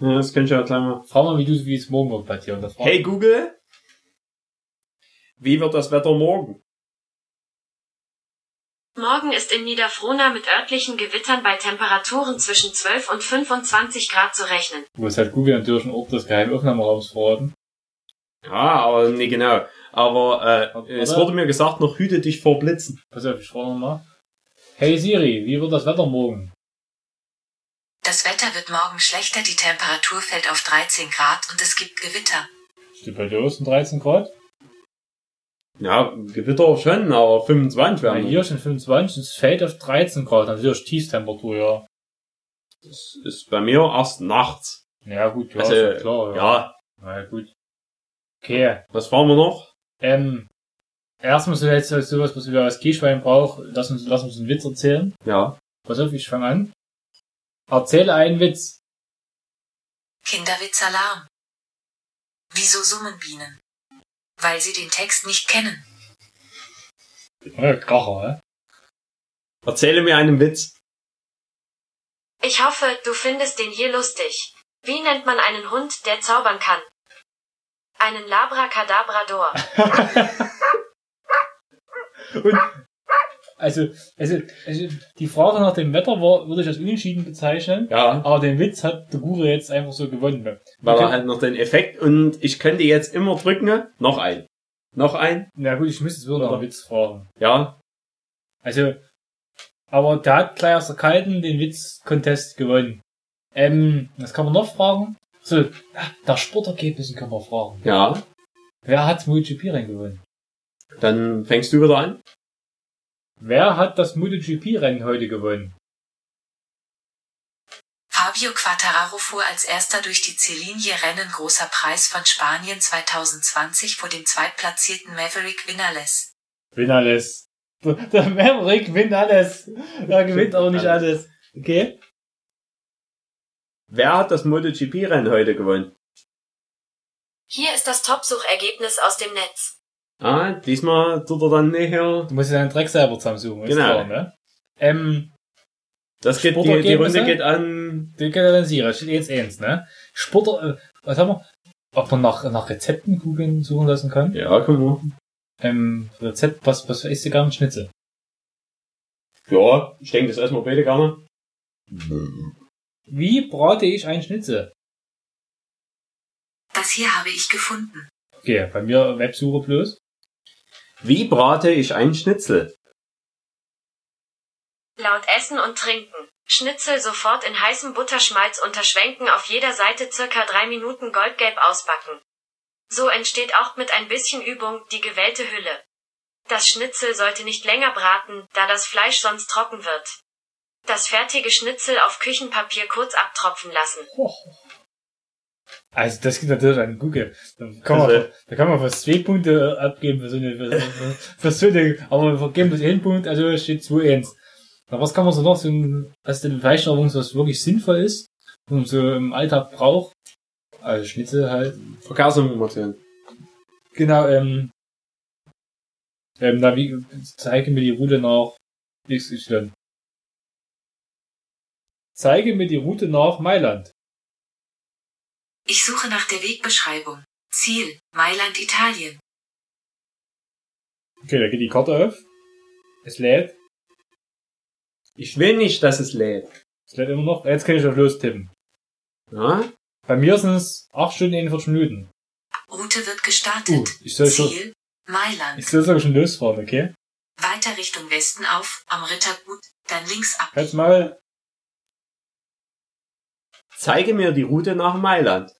C: ja das könnt ihr ja gleich mal.
B: Frag mal, wie du, wie es morgen wird bei dir. Und das frag-
C: Hey Google, wie wird das Wetter morgen?
E: Morgen ist in Niederfrona mit örtlichen Gewittern bei Temperaturen zwischen 12 und 25 Grad zu rechnen.
B: Du hast halt Google natürlich einen Ort des geheimen Aufnahmeraums verraten.
C: Ja, aber nee, genau. Aber
B: Warte.
C: äh, es wurde mir gesagt, noch hüte dich vor Blitzen.
B: Pass auf, ich frage nochmal. Hey Siri, wie wird das Wetter morgen?
D: Das Wetter wird morgen schlechter, die Temperatur fällt auf 13 Grad und es gibt Gewitter.
B: Steht bei dir aus um 13 Grad?
C: Ja, Gewitter schon, aber 25
B: Ja,
C: werden.
B: hier sind 25, es fällt auf 13 Grad. Natürlich Tiefstemperatur, ja.
C: Das ist bei mir erst nachts.
B: Ja gut, ja,
C: Also,
B: ist klar, ja.
C: ja,
B: Na ja, gut. Okay,
C: was fahren wir noch?
B: ähm, erstmal so jetzt sowas, was wir als Kischwein brauchen. Lass uns, lass uns einen Witz erzählen.
C: Ja.
B: Pass auf, ich fange an. Erzähle einen Witz.
D: Kinderwitzalarm. Wieso summen Bienen? Weil sie den Text nicht kennen.
B: Ja, Kracher, hä?
C: Erzähle mir einen Witz.
E: Ich hoffe, du findest den hier lustig. Wie nennt man einen Hund, der zaubern kann? Einen Labracadabrador.
B: Und, also, also, also, die Frage nach dem Wetter war, würde ich als unentschieden bezeichnen.
C: Ja,
B: Aber den Witz hat der Gure jetzt einfach so gewonnen. ne?
C: weil
B: Okay.
C: er hat noch den Effekt und ich könnte jetzt immer drücken. Noch ein. Noch ein.
B: Na gut, ich müsste jetzt wieder nach dem Witz fragen.
C: Ja.
B: Also, aber der hat gleich aus der Kalten den Witz-Contest gewonnen. Ähm, was kann man noch fragen? So, nach Sportergebnissen kann man fragen.
C: Ja.
B: Wer hat MotoGP Rennen gewonnen?
C: Dann fängst du wieder an.
B: Wer hat das MotoGP Rennen heute gewonnen?
D: Fabio Quattararo fuhr als erster durch die Ziellinie Rennen Großer Preis von Spanien 2020 vor dem zweitplatzierten Maverick Vinales.
B: Win alles. Der Maverick gewinnt alles. Er gewinnt aber nicht alles. Okay?
C: Wer hat das MotoGP-Rennen heute gewonnen?
E: Hier ist das Top-Suchergebnis aus dem Netz.
C: Ah, diesmal tut er dann näher.
B: Du musst dir deinen Dreck selber zusammensuchen. ist Klar,
C: Genau.
B: ne? Ähm,
C: Das geht, die, die
B: Sportergebnisse?
C: Runde geht an.
B: den kann ich dann sehen. Steht jetzt eins, ne? Sporter, äh, was haben wir? Ob man nach, nach Rezepten googeln suchen lassen kann?
C: Ja, komm mal.
B: Ähm, Rezept, was, was isst du gern? Schnitzel.
C: Ja, ich denke, das essen wir beide gerne.
B: Wie brate ich ein Schnitzel?
D: Das hier habe ich gefunden.
B: Okay, bei mir Websuche bloß.
C: Wie brate ich ein Schnitzel?
E: Laut Essen und Trinken. Schnitzel sofort in heißem Butterschmalz unterschwenken, auf jeder Seite circa drei Minuten goldgelb ausbacken. So entsteht auch mit ein bisschen Übung die gewellte Hülle. Das Schnitzel sollte nicht länger braten, da das Fleisch sonst trocken wird. Das fertige Schnitzel auf Küchenpapier kurz abtropfen lassen.
B: Also das gibt natürlich einen Google. Da kann man,
C: Also-
B: da kann man fast zwei Punkte abgeben für so eine, für, für so eine aber wir geben das einen Punkt, also steht 2-1. Na, was kann man so noch so ein- als eine Bezeichnung, was wirklich sinnvoll ist und so im Alltag braucht? Also Schnitzel halt.
C: Verkehrsinformationen.
B: Genau, ähm, ähm, da wie, zeige mir die Route nach XY. Zeige mir die Route nach Mailand.
D: Ich suche nach der Wegbeschreibung. Ziel, Mailand, Italien.
B: Okay, da geht die Karte auf. Es lädt.
C: Ich will nicht, dass es lädt.
B: Es lädt immer noch. Jetzt kann ich auf los tippen.
C: Ja?
B: Bei mir sind es 8 Stunden 41 Minuten.
D: Route wird
B: Uh,
D: gestartet.
B: ich soll schon,
D: Ziel, Mailand.
B: ich soll sogar schon losfahren, okay?
D: Weiter Richtung Westen auf, am Rittergut, dann links ab.
B: Halt's mal.
C: Zeige mir die Route nach Mailand.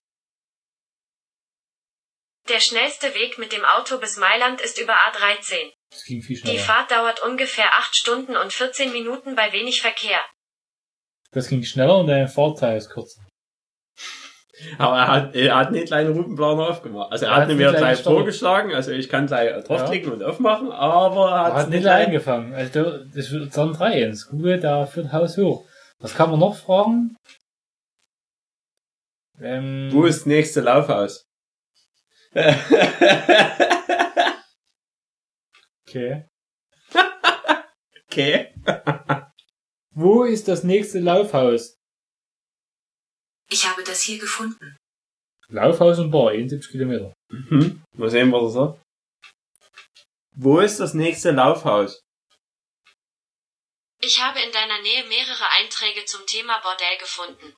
E: Der schnellste Weg mit dem Auto bis Mailand ist über A13.
B: Das ging viel
E: Die
B: schneller.
E: Fahrt dauert ungefähr 8 Stunden und 14 Minuten bei wenig Verkehr.
B: Das ging schneller und dein Fahrteil ist kürzer.
C: Aber er hat, er hat nicht gleich einen Routenplaner aufgemacht. Also er,
B: Er
C: hat
B: hat
C: ihn
B: nicht
C: mir
B: gleich
C: gleich
B: gestartet.
C: vorgeschlagen, also ich kann gleich draufklicken und aufmachen, aber er
B: Hat,
C: hat es
B: hat nicht
C: nicht
B: gleich
C: gleich.
B: angefangen. Also, da- das wird dann 3-1. Google, da führt Haus hoch. Was kann man noch fragen? Ähm,
C: Wo ist das nächste Laufhaus?
B: Okay.
C: okay.
B: Wo ist das nächste Laufhaus?
D: Ich habe das hier gefunden.
B: Laufhaus und Bar, 71 Kilometer.
C: Hm. Mal sehen, was er sagt. Wo ist das nächste Laufhaus?
E: Ich habe in deiner Nähe mehrere Einträge zum Thema Bordell gefunden.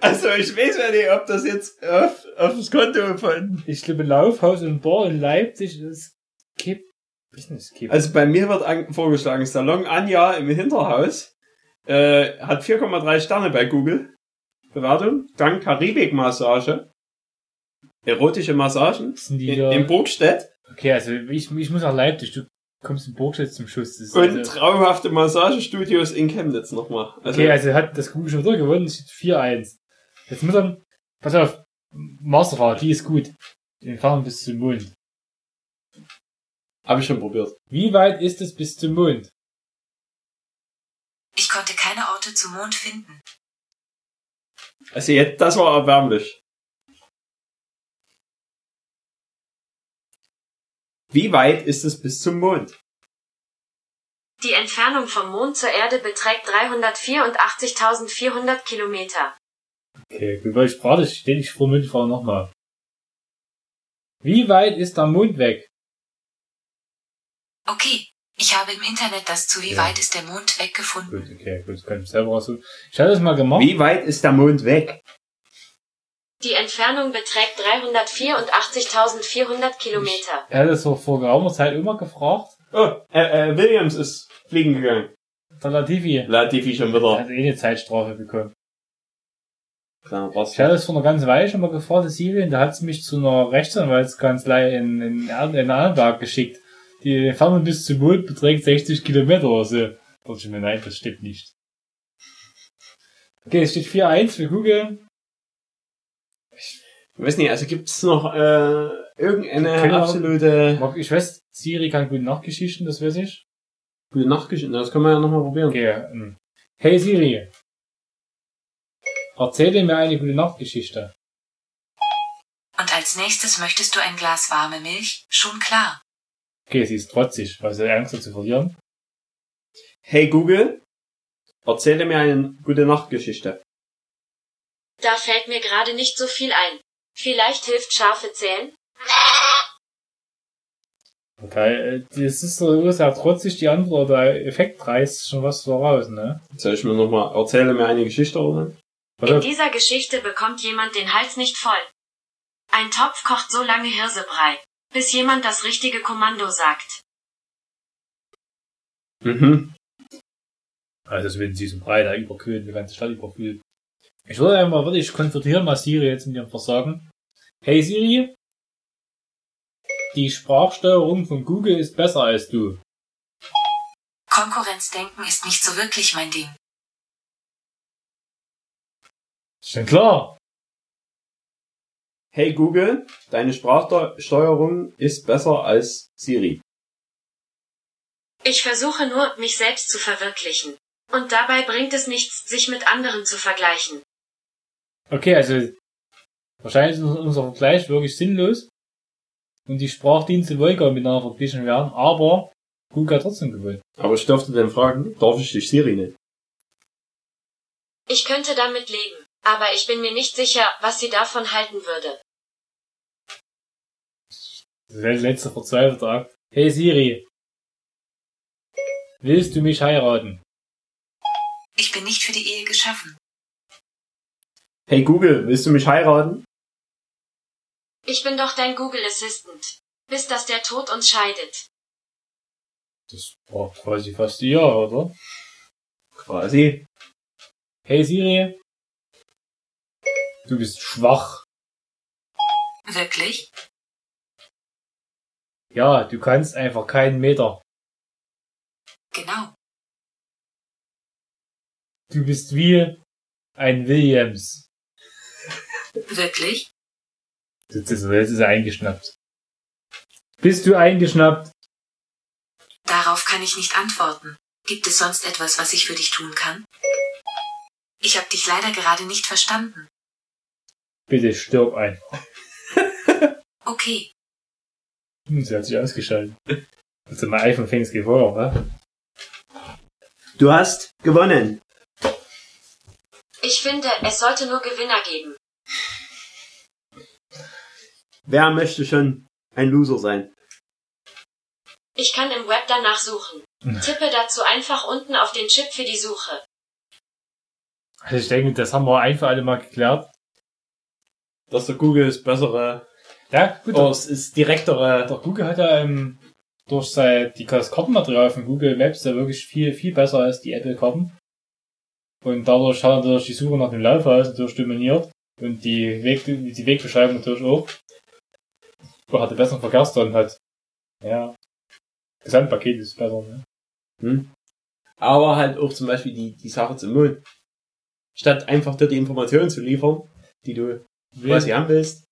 C: Also ich weiß ja nicht, ob das jetzt auf, auf das Konto von...
B: Ich glaube, Laufhaus und Bar in Leipzig ist Kip. Business Kip.
C: Also bei mir wird an, vorgeschlagen, Salon Anja im Hinterhaus äh, hat 4,3 Sterne bei Google. Bewertung. Dann Karibik-Massage. Erotische Massagen.
B: Sind die
C: In,
B: da-
C: in Burgstedt.
B: Okay, also ich, ich muss nach Leipzig. Du kommst in Burgstadt zum Schuss. Das ist
C: Und
B: also,
C: traumhafte Massagestudios in Chemnitz nochmal. Also,
B: okay, also hat das Google schon wieder gewonnen. Es steht 4-1. Jetzt muss er... Pass auf. Masterfahrt, die ist gut. Wir fahren bis zum Mond.
C: Habe ich schon probiert.
B: Wie weit ist es bis zum Mond?
D: Ich konnte keine Orte zum Mond finden.
C: Also jetzt, das war erbärmlich. Wie weit ist es bis zum Mond?
E: Die Entfernung vom Mond zur Erde beträgt 384.400 Kilometer.
B: Okay, gut, weil ich brate ständig vor Mond fahren nochmal. Wie weit ist der Mond weg?
D: Okay. Ich habe im Internet das zu wie
B: Ja.
D: weit ist der Mond weggefunden.
B: Gut, okay, gut, das kann ich selber raussuchen. Ich hatte das mal gemacht.
C: Wie weit ist der Mond weg?
E: Die Entfernung beträgt 384.400 Kilometer.
B: Ich hatte das vor, vor geraumer Zeit immer gefragt.
C: Oh, äh, äh, Williams ist fliegen gegangen.
B: Der Latifi
C: Latifi schon wieder.
B: hat eh eine Zeitstrafe bekommen.
C: Kleiner
B: Ich hatte
C: Bastard.
B: das vor einer ganzen Weile schon mal gefragt, in Syrien, da hat sie mich zu einer Rechtsanwaltskanzlei in, in, Erd- in Anlag geschickt. Die Entfernung bis zum Mond beträgt 60 Kilometer oder so. Da dachte ich mir, nein, das stimmt nicht. Okay, es steht 4-1 für Google.
C: Ich weiß nicht, also gibt's noch äh, irgendeine
B: Können wir-
C: absolute
B: Mag- Ich weiß, Siri kann gut Nachgeschichten, das weiß ich.
C: gute Nachtgeschichte? Das können wir ja nochmal probieren.
B: Okay, ähm, hey Siri. Erzähle mir eine gute Nachtgeschichte.
D: Und als nächstes möchtest du ein Glas warme Milch? Schon klar.
B: Okay, sie ist trotzig, weil sie Angst hat zu verlieren.
C: Hey Google, erzähle mir eine gute Nachtgeschichte.
E: Da fällt mir gerade nicht so viel ein. Vielleicht hilft scharfe Zählen?
B: Okay, äh, das ist so ist ja trotzig die Antwort, der Effekt reißt schon was voraus, ne?
C: Soll ich mir nochmal, erzähle mir eine Geschichte, oder?
B: Pass
E: In
B: auf,
E: dieser Geschichte bekommt jemand den Hals nicht voll. Ein Topf kocht so lange Hirsebrei, bis jemand das richtige Kommando sagt.
C: Mhm.
B: Also wenn sie so Brei da überkühlen, die ganze Stadt überkühlt. Ich würde einfach wirklich konfrontieren mal Siri jetzt mit ihrem Versagen. Hey Siri, die Sprachsteuerung von Google ist besser als du.
D: Konkurrenzdenken ist nicht so wirklich mein Ding.
B: Ist denn klar?
C: Hey Google, deine Sprachsteuerung ist besser als Siri.
E: Ich versuche nur, mich selbst zu verwirklichen. Und dabei bringt es nichts, sich mit anderen zu vergleichen.
B: Okay, also wahrscheinlich ist unser Vergleich wirklich sinnlos und die Sprachdienste wollen gar nicht miteinander verglichen werden, aber Google hat trotzdem gewonnen.
C: Aber ich dürfte dann fragen, darf ich dich Siri nennen?
E: Ich könnte damit leben, aber ich bin mir nicht sicher, was sie davon halten würde.
B: Das ist der letzte verzweifelte Akt. Hey Siri, willst du mich heiraten?
D: Ich bin nicht für die Ehe geschaffen.
C: Hey Google, willst du mich heiraten?
E: Ich bin doch dein Google Assistant. Bis dass der Tod uns scheidet.
B: Das war quasi fast ja, oder?
C: Quasi.
B: Hey Siri, du bist schwach.
D: Wirklich?
B: Ja, du kannst einfach keinen Meter.
D: Genau.
B: Du bist wie ein Williams.
D: Wirklich?
B: Jetzt ist, jetzt ist er eingeschnappt. Bist du eingeschnappt?
D: Darauf kann ich nicht antworten. Gibt es sonst etwas, was ich für dich tun kann? Ich habe dich leider gerade nicht verstanden.
B: Bitte stirb ein.
D: Okay.
B: Hm, sie hat sich ausgeschaltet. Also mein iPhone fängt es Feuer, ne?
C: Du hast gewonnen.
E: Ich finde, es sollte nur Gewinner geben.
C: Wer möchte schon ein Loser sein?
E: Ich kann im Web danach suchen. Tippe dazu einfach unten auf den Chip für die Suche.
B: Also ich denke, das haben wir ein für alle mal geklärt.
C: Dass der Google das bessere,
B: Ja, gut.
C: oh, es ist äh, direktere.
B: Doch Google hat ja ähm, durch sein, die, das Kartenmaterial von Google Maps ja wirklich viel, viel besser als die Apple-Karten. Und dadurch hat natürlich die Suche nach dem Laufhaus natürlich dominiert. Und die, Weg, die Wegbeschreibung natürlich auch. Und hat den besseren Verkehrsdaten hat. Ja. Gesamtpaket ist besser, ne?
C: Hm? Aber halt auch zum Beispiel die, die Sache zum Mond. Statt einfach dir die Informationen zu liefern, die du quasi haben willst.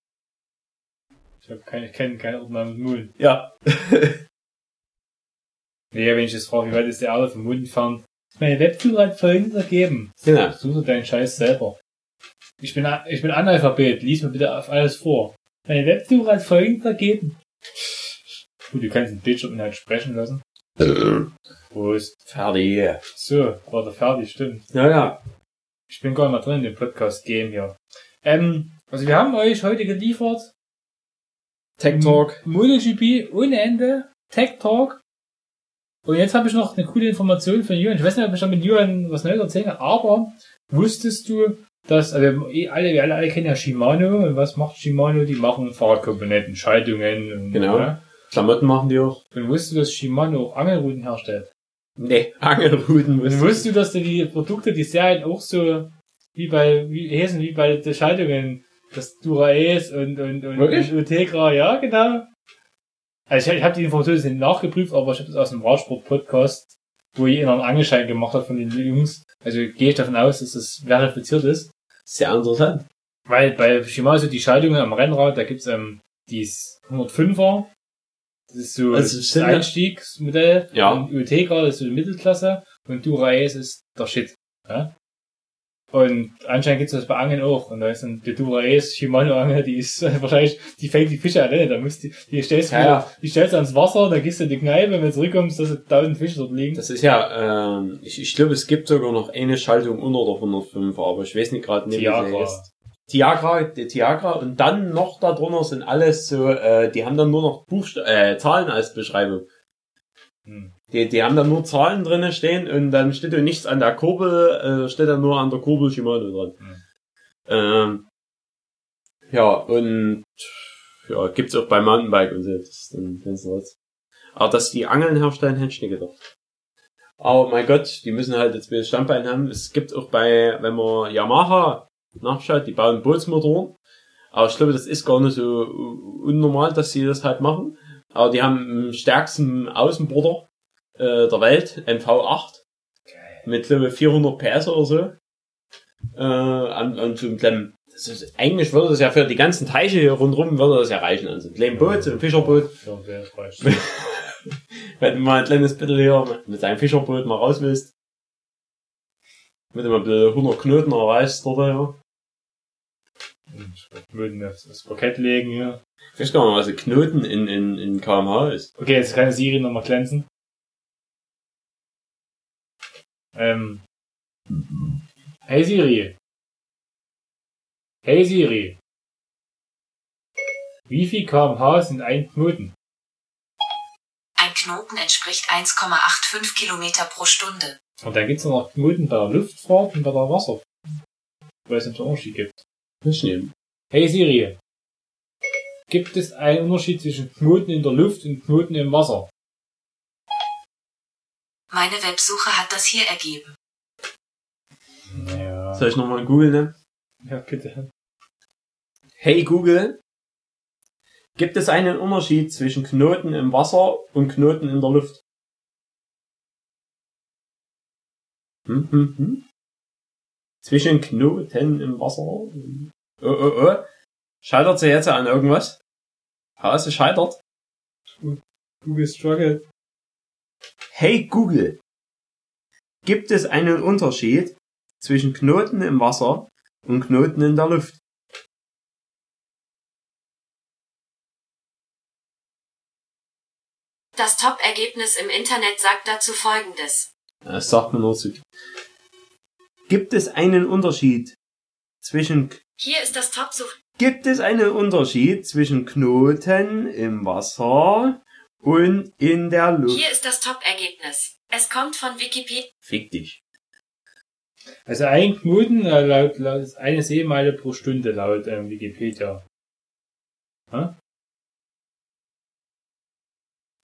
B: Ich hab keine, keine, keine Ordnung mit Null.
C: Ja.
B: Nee, wenn ich jetzt frage, wie weit ist die Erde vom Mond entfernt? Meine Webtour hat folgendes ergeben.
C: genau.
B: Suche deinen Scheiß selber. Ich bin, a- ich bin Analphabet, lies mir bitte auf alles vor. Meine Webtour hat folgendes ergeben. Gut, du kannst den Bildschirminhalt sprechen lassen. Prost.
C: Fertig.
B: So, war der fertig, stimmt.
C: Ja, ja.
B: Ich bin gar nicht mal drin in dem Podcast-Game hier. Ähm, also wir haben euch heute geliefert
C: Tech Talk.
B: MotoGP ohne Ende, Tech Talk. Und jetzt habe ich noch eine coole Information von Johann. Ich weiß nicht, ob ich schon mit Johann was Neues erzählen kann, aber wusstest du, dass, also eh alle, wir alle, alle kennen ja Shimano. Und was macht Shimano? Die machen Fahrradkomponenten, Schaltungen. Und,
C: Genau.
B: ne?
C: Klamotten machen die auch.
B: Und wusstest du, dass Shimano auch Angelruten herstellt?
C: Nee, Angelruten
B: Und
C: müssen.
B: wusstest du, dass die- die Produkte, die Serien auch so wie bei wie Hessen, wie bei den Schaltungen, das Dura-Ace und, und, und,
C: Wirklich?
B: und Tegra, ja, genau. Also ich, ich habe die Informationen jetzt nicht nachgeprüft, aber ich habe das aus dem Radsport-Podcast, wo jeder einen Angelschein gemacht hat von den Jungs. Also gehe ich davon aus, dass das verifiziert ist.
C: Sehr interessant.
B: Weil bei Shimano so die Schaltungen am Rennrad, da gibt's ähm, dieses 105er, das ist so
C: Also
B: das
C: sind ja-
B: Einstiegsmodell.
C: Ja.
B: Und Utegra, das ist so die Mittelklasse. Und Dura-Ace ist der Shit. Ja? Und anscheinend gibt's das bei Angeln auch. Und da ist dann die Dura-Ace, Shimano-Angel, die ist wahrscheinlich, die fängt die Fische alleine. Da musst du, die stellst du,
C: Ja, ja.
B: die stellst du ans Wasser, dann gehst du in die Kneipe, wenn du zurückkommst, dass du tausend Fische dort liegen.
C: Das ist ja, ähm, ich, ich glaube, es gibt sogar noch eine Schaltung unter der 105, aber ich weiß nicht gerade, wie sie
B: Tiagra.
C: heißt. Tiagra, die Tiagra und dann noch da drunter sind alles so, äh, die haben dann nur noch Buchst äh, Zahlen als Beschreibung.
B: Hm.
C: Die, die haben dann nur Zahlen drinne stehen und dann steht ja nichts an der Kurbel, äh, steht dann nur an der Kurbel Shimano dran.
B: Hm.
C: Ähm, ja, und ja, gibt's auch beim Mountainbike und so, das ist dann ganz was. Aber dass die Angeln herstellen, hätte ich nicht gedacht. Aber mein Gott, die müssen halt jetzt wieder Standbein haben. Es gibt auch bei, wenn man Yamaha nachschaut, die bauen Bootsmotoren. Aber ich glaube, das ist gar nicht so unnormal, dass sie das halt machen. Aber die haben den stärksten Außenborder äh, der Welt, MV8. Mit, glaube ich, 400 PS oder so. Äh, an, an so einem kleinen, das ist, eigentlich würde das ja für die ganzen Teiche hier rundherum würde das ja reichen. Also ein kleines Boot, so ein Fischerboot.
B: Ja, wer reicht.
C: Wenn du mal ein kleines bisschen hier mit deinem Fischerboot mal raus willst. Wenn du mal ein bisschen 100 Knoten erreichst, oder ja.
B: Ich würde mir das Parkett legen hier.
C: Ich weiß gar nicht, was ein Knoten in, in, in kmh ist.
B: Okay, jetzt kann Siri nochmal glänzen. Ähm. Hey Siri. Hey Siri. Wie viel kmh sind ein Knoten?
D: Ein Knoten entspricht 1,85 Kilometer pro Stunde.
B: Und dann gibt's noch noch Knoten bei der Luftfahrt und bei der Wasser. Ich weiß nicht, ob es einen Unterschied gibt.
C: Nicht nehmen.
B: Hey Siri. Gibt es einen Unterschied zwischen Knoten in der Luft und Knoten im Wasser?
D: Meine Websuche hat das hier ergeben.
B: Ja.
C: Soll ich nochmal googeln, ne?
B: Ja, bitte.
C: Hey Google, gibt es einen Unterschied zwischen Knoten im Wasser und Knoten in der Luft? Hm, hm, hm. Zwischen Knoten im Wasser? Oh, oh, oh. Scheitert sie jetzt an irgendwas? Ha, sie scheitert.
B: Google Struggle.
C: Hey Google, gibt es einen Unterschied zwischen Knoten im Wasser und Knoten in der Luft?
E: Das Top-Ergebnis im Internet sagt dazu folgendes.
C: Das Äh, sagt man nur so. Gibt es einen Unterschied zwischen
E: Hier ist das Top-Such.
C: gibt es einen Unterschied zwischen Knoten im Wasser und in der Luft?
E: Hier ist das Top-Ergebnis. Es kommt von Wikipedia.
C: Fick dich.
B: Also ein Knoten äh, laut, laut ist eine Seemeile pro Stunde laut ähm, Wikipedia. Hä? Ja,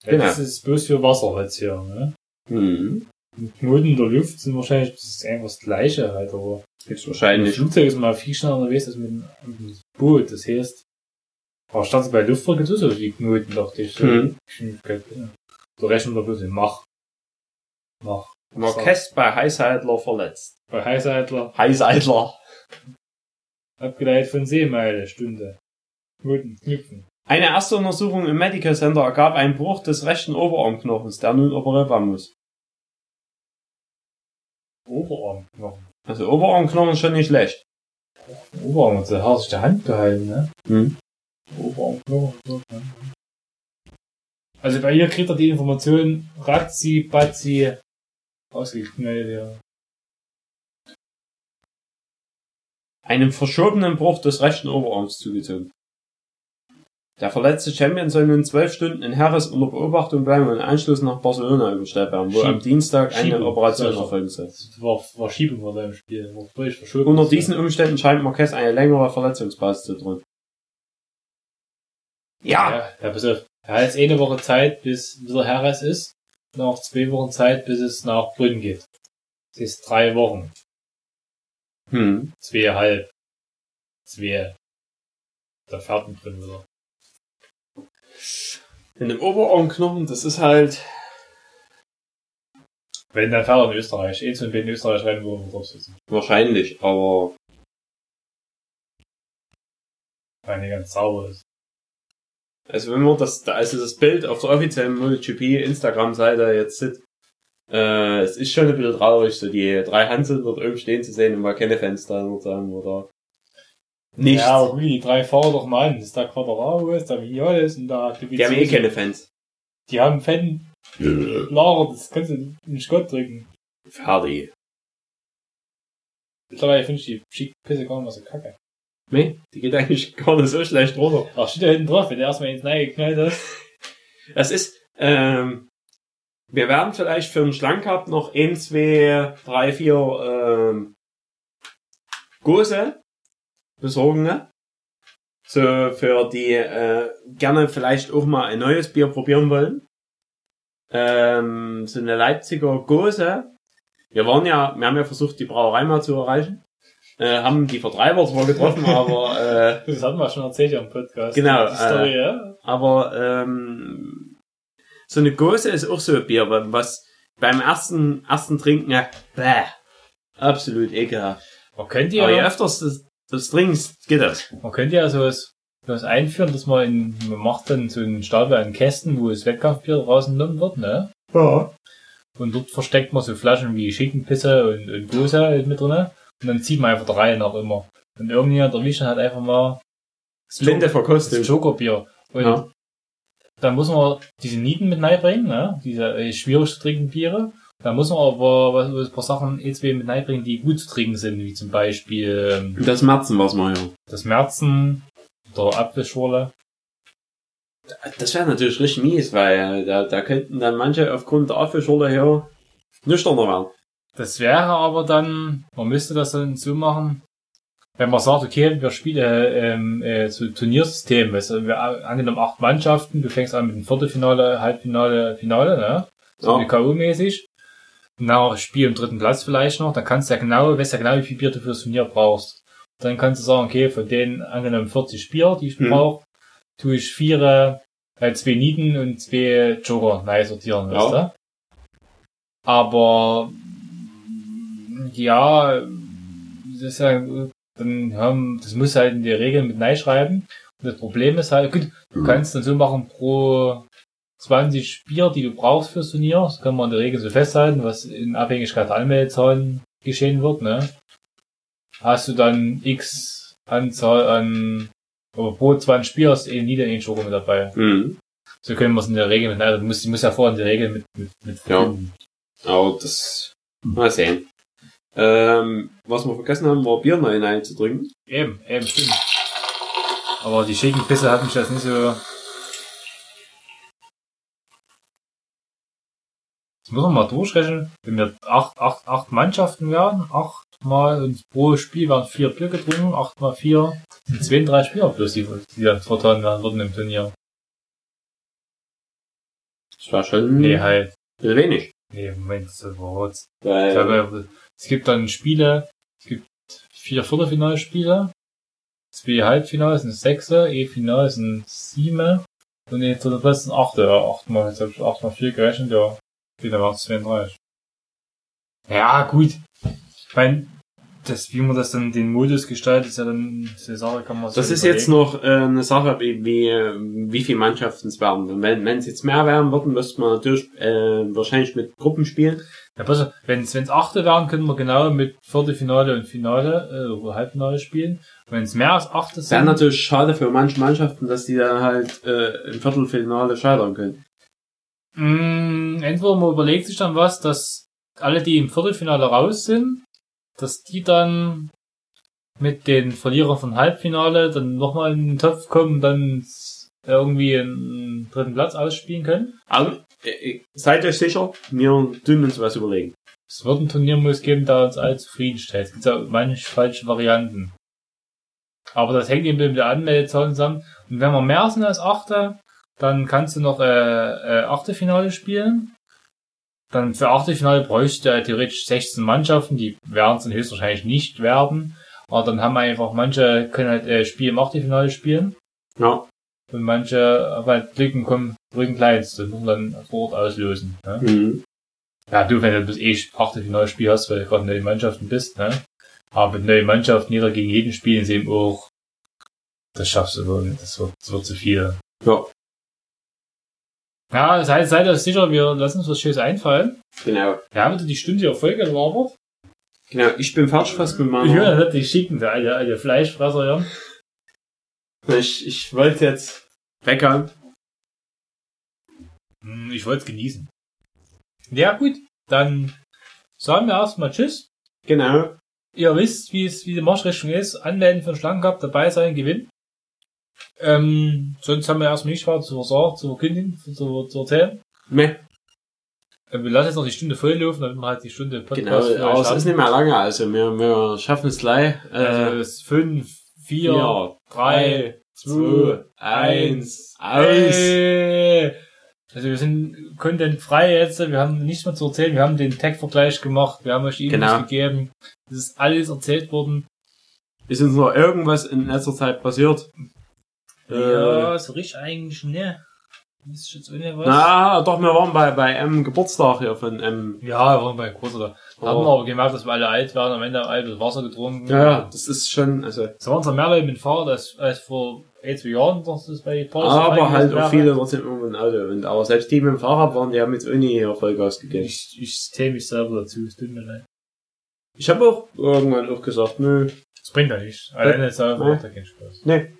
C: Genau.
B: Das ist bloß für Wasser jetzt hier, ne?
C: Hm.
B: Und Knoten in der Luft sind wahrscheinlich das ist einfach das gleiche halt, aber
C: Ist
B: ein
C: wahrscheinlich.
B: Flugzeug ist mal viel schneller unterwegs als mit einem mit einem Boot, das heißt. Aber statt bei Luftfahrt gibt es so die Knoten, dachte ich. so
C: Hm.
B: Geschwindigkeit, ja. So rechnen wir bloß in Mach. Mach.
C: Marquess bei Heißheitler verletzt.
B: Bei Heißeidler.
C: Heißheitler.
B: Abgeleitet von Seemeile, Stunde. Knoten, Knüpfen.
C: Eine erste Untersuchung im Medical Center ergab einen Bruch des rechten Oberarmknochens, der nun operiert werden muss.
B: Oberarmknochen.
C: Also Oberarmknochen ist schon nicht schlecht.
B: Oberarm hat sehr hart sich die Hand gehalten, ne?
C: Hm.
B: Oberarmknochen. so, ne? Also bei ihr kriegt er die Informationen ratzi, batzi, ne, ausgeknallt, ja.
C: Einem verschobenen Bruch des rechten Oberarms zugezogen. Der verletzte Champion soll nun zwölf Stunden in Harris unter Beobachtung bleiben und Anschluss nach Barcelona überstellt werden, wo
B: Schieb-
C: am Dienstag eine
B: Schiebung.
C: Operation
B: Solche.
C: erfolgen soll.
B: Das war, war Schiebung war da im Spiel. War völlig verschuldet.
C: Unter diesen Umständen scheint Marquez eine längere Verletzungspause zu drohen. Ja,
B: Ja, ja, pass auf. Er hat jetzt eine Woche Zeit, bis wieder Harris ist. Noch zwei Wochen Zeit, bis es nach Brünn geht. Das ist drei Wochen.
C: Hm.
B: Zweieinhalb. Zwei. Da fährt man drin wieder.
C: in dem Oberarmknochen, das ist halt,
B: Wenn, dann fährt er in Österreich. Eins und B in Österreich rein, wo wir drauf sitzen.
C: wahrscheinlich, aber
B: Weil die ganz sauber ist.
C: Also wenn man das, also das Bild auf der offiziellen MotoGP Instagram-Seite jetzt sieht, äh, es ist schon ein bisschen traurig, so die drei Hanseln dort oben stehen zu sehen und mal keine Fans da dort haben oder nichts.
B: Ja, aber guck dir die drei Fahrer doch mal an. Das ist da Quadraro, ist da Vignoles und da
C: die haben eh keine Fans.
B: Die haben Fetten. Lager, das kannst du nicht Gott drücken.
C: Fertig.
B: Mittlerweile finde ich die Pisse gar nicht mehr so kacke.
C: Nee, die geht eigentlich gar nicht so schlecht runter.
B: Ach, steht da hinten drauf, wenn du erstmal ins Neige geknallt hast.
C: Es ist, ähm, wir werden vielleicht für einen Schlangencup noch 1, 2, 3, 4 ähm, Gose besorgen. ne? So für die äh, gerne vielleicht auch mal ein neues Bier probieren wollen. Ähm, so eine Leipziger Gose. Wir waren ja, wir haben ja versucht, die Brauerei mal zu erreichen. Äh, haben die Vertreiber zwar getroffen, aber äh,
B: Das hatten wir schon erzählt ja im Podcast.
C: Genau,
B: Die Story, ja.
C: aber ähm, so eine Gose ist auch so ein Bier, wa- was beim ersten, ersten Trinken, ja, bäh, absolut ekelhaft.
B: Man könnte
C: Aber je
B: ja,
C: öfters das, das trinkst, geht das.
B: man könnte ja sowas, sowas einführen, dass man in, man macht dann so einen Stapel an Kästen, wo das Wettkampfbier draußen genommen wird, ne?
C: Ja.
B: Und dort versteckt man so Flaschen wie Schinkenpisse und, und Dose halt mit drin. Und dann zieht man einfach drei nach immer. Und irgendjemand erwischt dann halt einfach mal
C: Das blinde
B: das
C: Verkostung.
B: Jokerbier. Und
C: Ja.
B: dann muss man diese Nieten mit reinbringen, ne? Diese äh, schwierig zu trinken Biere. Da muss man aber was, was, ein paar Sachen E2 mit reinbringen, die gut zu trinken sind, wie zum Beispiel ähm,
C: Das Merzen war's mal, ja.
B: das Merzen oder Apfelschorle.
C: Das wäre natürlich richtig mies, weil äh, da, da könnten dann manche aufgrund der Apfelschorle her nüchterner werden.
B: Das wäre aber dann, man müsste das dann so machen, wenn man sagt, okay, wir spielen äh, ähm, äh, so Turniersystem, weißt du, wir a- angenommen acht Mannschaften, du fängst an mit dem Viertelfinale, Halbfinale, Finale, ne? So
C: Ja.
B: wie K.O.-mäßig. Na, Spiel im dritten Platz vielleicht noch, dann kannst du ja genau, weißt ja genau, wie viel Bier du für das Turnier brauchst. Dann kannst du sagen, okay, von denen angenommen 40 Spieler, die ich
C: Mhm.
B: brauche, tue ich vier, äh, zwei Nieten und zwei Joker neu sortieren,
C: Ja.
B: weißt du? Aber ja, das ist ja, dann haben, das muss halt in die Regeln mit reinschreiben. Und das Problem ist halt, gut, du kannst dann so machen pro 20 Spieler, die du brauchst fürs Turnier, das kann man in der Regel so festhalten, was in Abhängigkeit der Anmeldezahlen geschehen wird, ne? Hast du dann x Anzahl an, aber pro 20 Spieler ist eben eh nie der Schoko mit dabei.
C: Mhm.
B: So können wir es in der Regel mit, also du musst, du musst ja vorher in die Regel mit, mit, mit
C: Ja. Aber das, mal sehen. Ähm, was wir vergessen haben, war Bier noch hineinzudrücken.
B: Eben, eben, stimmt. Aber die schicken Pisse hat mich das nicht so. Jetzt muss man mal durchrechnen, wenn wir acht, acht, acht Mannschaften wären, acht mal und pro Spiel werden vier Bier getrunken, acht mal vier sind 32 Spieler plus, die, die dann vertan werden würden im Turnier.
C: Das war schon
B: Nee, halt.
C: bisschen wenig.
B: Nee, Moment, das ist überhaupt. Ich
C: Weil,
B: glaube, es gibt dann Spiele, es gibt vier Viertelfinalspiele, zwei Halbfinals, ein Sechser, E-Finals, ein Siemer und jetzt dritter Platz ein Achter. Ja, achtmal, jetzt hab ich achtmal vier gerechnet, ja. Okay, dann waren es 32. Ja, gut. Ich meine, das, wie man das dann, den Modus gestaltet, ist ja dann, ist eine Sache, kann man sich
C: das ist
B: überlegen.
C: jetzt noch äh, eine Sache, wie, wie, äh, wie viele Mannschaften es werden. Wenn wenn es jetzt mehr werden würden, müsste man natürlich äh, wahrscheinlich mit Gruppen spielen.
B: Ja, pass auf, wenn es Achte wären, könnten wir genau mit Viertelfinale und Finale, äh, oder Halbfinale spielen. Wenn es mehr als Achte
C: Es wäre
B: sind,
C: natürlich schade für manche Mannschaften, dass die dann halt äh, im Viertelfinale scheitern können.
B: Mm, entweder man überlegt sich dann was, dass alle, die im Viertelfinale raus sind, dass die dann mit den Verlierern von Halbfinale dann nochmal in den Topf kommen, dann irgendwie einen dritten Platz ausspielen können.
C: Also, äh, äh, seid euch sicher, wir tun uns was überlegen.
B: Es wird ein Turniermodus geben, der uns alle zufriedenstellt. Es gibt ja manche falsche Varianten. Aber das hängt eben mit der Anmeldezahl zusammen. Und wenn wir mehr sind als Achter, dann kannst du noch äh, äh, Achtelfinale spielen. Dann für Achtelfinale bräuchst du ja theoretisch 16 Mannschaften, die werden es dann höchstwahrscheinlich nicht werden. Aber dann haben einfach manche können halt äh, Spiel im Achtelfinale spielen
C: Ja.
B: und manche haben halt Glück und kommen rücken kleinst und müssen dann vor Ort auslösen. Ne?
C: Mhm.
B: Ja, du, wenn du bis eh Achtelfinalspiel hast, weil du gerade in neuen Mannschaften bist, ne? Aber mit neuen Mannschaften, jeder gegen jeden spielen, ist eben auch, das schaffst du wohl nicht, das wird, das wird zu viel.
C: Ja,
B: Ja, seid, seid euch sicher, wir lassen uns was Schönes einfallen.
C: genau.
B: Wir haben jetzt die Stunde hier voll gelabert.
C: Genau, ich bin fertig fast mit meiner...
B: Ja, das hat die schicken, der alte, alte Fleischfresser, ja.
C: Ich, ich wollte jetzt weghauen.
B: Hm, Ich wollte es genießen. Ja, gut, dann sagen wir erstmal Tschüss.
C: Genau.
B: ihr wisst, wie es, wie die Marschrichtung ist, anmelden für den Schlangencup, dabei sein, gewinnen. Ähm, sonst haben wir erstmal nicht weiter zu versorgen, zu verkündigen, zu, zu erzählen.
C: Nee,
B: Äh, Wir lassen jetzt noch die Stunde voll laufen, damit wir halt die Stunde
C: genau,
B: für euch
C: aber es
B: haben.
C: ist nicht mehr lange, also wir, wir schaffen es gleich. Äh,
B: Also, es ist fünf, vier,
C: vier,
B: drei, zwei,
C: zwei,
B: eins,
C: eins,
B: aus. Also wir sind contentfrei jetzt, wir haben nichts mehr zu erzählen, wir haben den Tech-Vergleich gemacht, wir haben euch E-Mails
C: Genau.
B: gegeben, es ist alles erzählt worden.
C: Ist uns noch irgendwas in letzter Zeit passiert? Äh,
B: so richtig eigentlich, ne? Das ist jetzt ohne was.
C: na, doch, wir waren bei, bei M Geburtstag hier von M.
B: Ja, wir waren bei Kurse da. Da haben
C: Oh.
B: wir aber gemerkt, dass wir alle alt waren, am Ende haben wir alle das Wasser getrunken.
C: Ja, ja, das ist schon, also,
B: Es waren zwar mehr Leute mit dem Fahrrad als, als vor ein, zwei Jahren, sonst ist bei den Partys
C: aber
B: dabei
C: halt
B: gewesen
C: auch
B: wäre.
C: viele trotzdem irgendwo im Auto. Und, aber selbst die, die mit dem Fahrrad waren, die haben jetzt auch nie hier Vollgas gegeben.
B: Ich, ich zähle mich selber dazu, es tut mir leid.
C: Ich habe auch irgendwann auch gesagt, nö,
B: Das bringt ja nichts. Alleine ist selber macht ja keinen Spaß.
C: nee,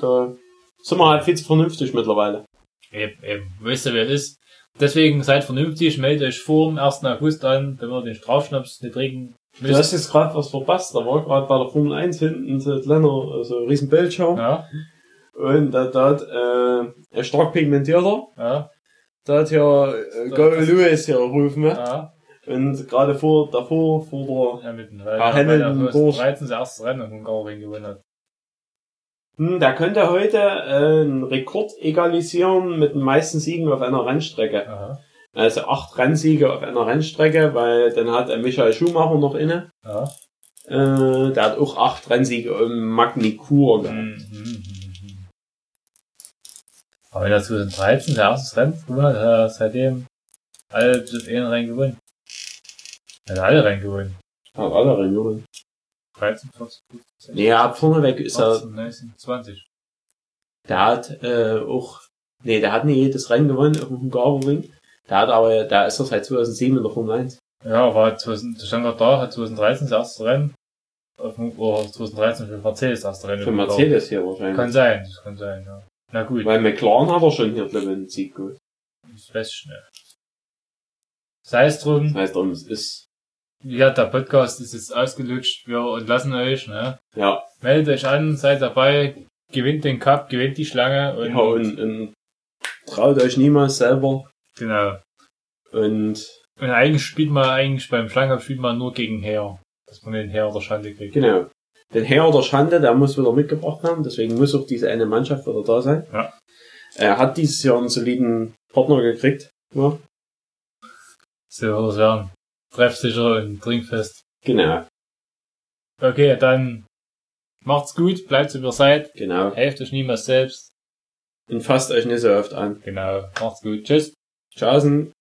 C: da sind wir halt viel zu vernünftig mittlerweile.
B: Eben, eben. Wisst ihr, wer es ist? Deswegen seid vernünftig, meldet euch vor dem 1. August an, wenn wir den Strafschnaps nicht trinken
C: Du
B: müssen.
C: hast jetzt gerade was verpasst, da war gerade bei der Formel 1 hinten so ein kleiner, so ein riesen Bildschirm.
B: Ja,
C: Und da, da hat äh, ein stark pigmentierter,
B: ja,
C: da hat hier äh, Go
B: Das-
C: Lewis hier gerufen. ne?
B: ja.
C: Und gerade vor, davor, vor
B: ja mitten, weil
C: Ah,
B: er bei der
C: Hamilton
B: Post
C: durch.
B: 13 sein erstes Rennen in Hungarien gewonnen hat.
C: der, hm, da könnte heute äh, einen Rekord egalisieren mit den meisten Siegen auf einer Rennstrecke.
B: Aha.
C: Also acht Rennsiege auf einer Rennstrecke, weil dann hat äh, Michael Schumacher noch inne.
B: Ja.
C: Äh, der hat auch acht Rennsiege im Magnikur gehabt.
B: Hm, Mhm. Aber wenn er 2013 sein erstes Rennen gewonnen hat, hat er seitdem alle eh bis einen Rennen gewonnen. Er hat alle Rennen gewonnen.
C: Hat alle Regionen.
B: 13, 14, 15,
C: Nee, er hat vorneweg ist er
B: 18, 19, 20.
C: Der hat äh, auch, nee, der hat nicht jedes Rennen gewonnen auf dem Hungaroring. Der hat aber, da ist er seit 2007 in der Formel 1.
B: Ja, war 2000, stand doch da, hat 2013 das erste Rennen. Auf dem, oder 2013 für Mercedes das erste Rennen.
C: Für
B: gewonnen.
C: Mercedes hier wahrscheinlich.
B: Kann sein, das kann sein, ja. Na gut,
C: Weil McLaren hat er schon hier, glaube ich, einen Sieg geholt.
B: das weiß ich schnell. Sei es drum,
C: Das heißt, darum, es ist,
B: ja, der Podcast ist jetzt ausgelutscht, wir entlassen euch, ne?
C: ja,
B: Meldet euch an, seid dabei, gewinnt den Cup, gewinnt die Schlange und,
C: ja und, und traut euch niemals selber.
B: genau.
C: Und
B: Und eigentlich spielt man eigentlich beim Schlangenkampf spielt man nur gegen Heer. Dass man den Heer der Schande kriegt.
C: genau. Den Herr der Schande, der muss wieder mitgebracht haben, deswegen muss auch diese eine Mannschaft wieder da sein.
B: Ja.
C: Er hat dieses Jahr einen soliden Partner gekriegt. Ja,
B: So wird es werden. Treffsicher und trinkfest.
C: genau,
B: Okay, dann macht's gut, bleibt so wie ihr seid,
C: genau.
B: helft euch niemals selbst.
C: Und fasst euch nicht so oft an.
B: Genau, macht's gut, tschüss.
C: Tschaußen.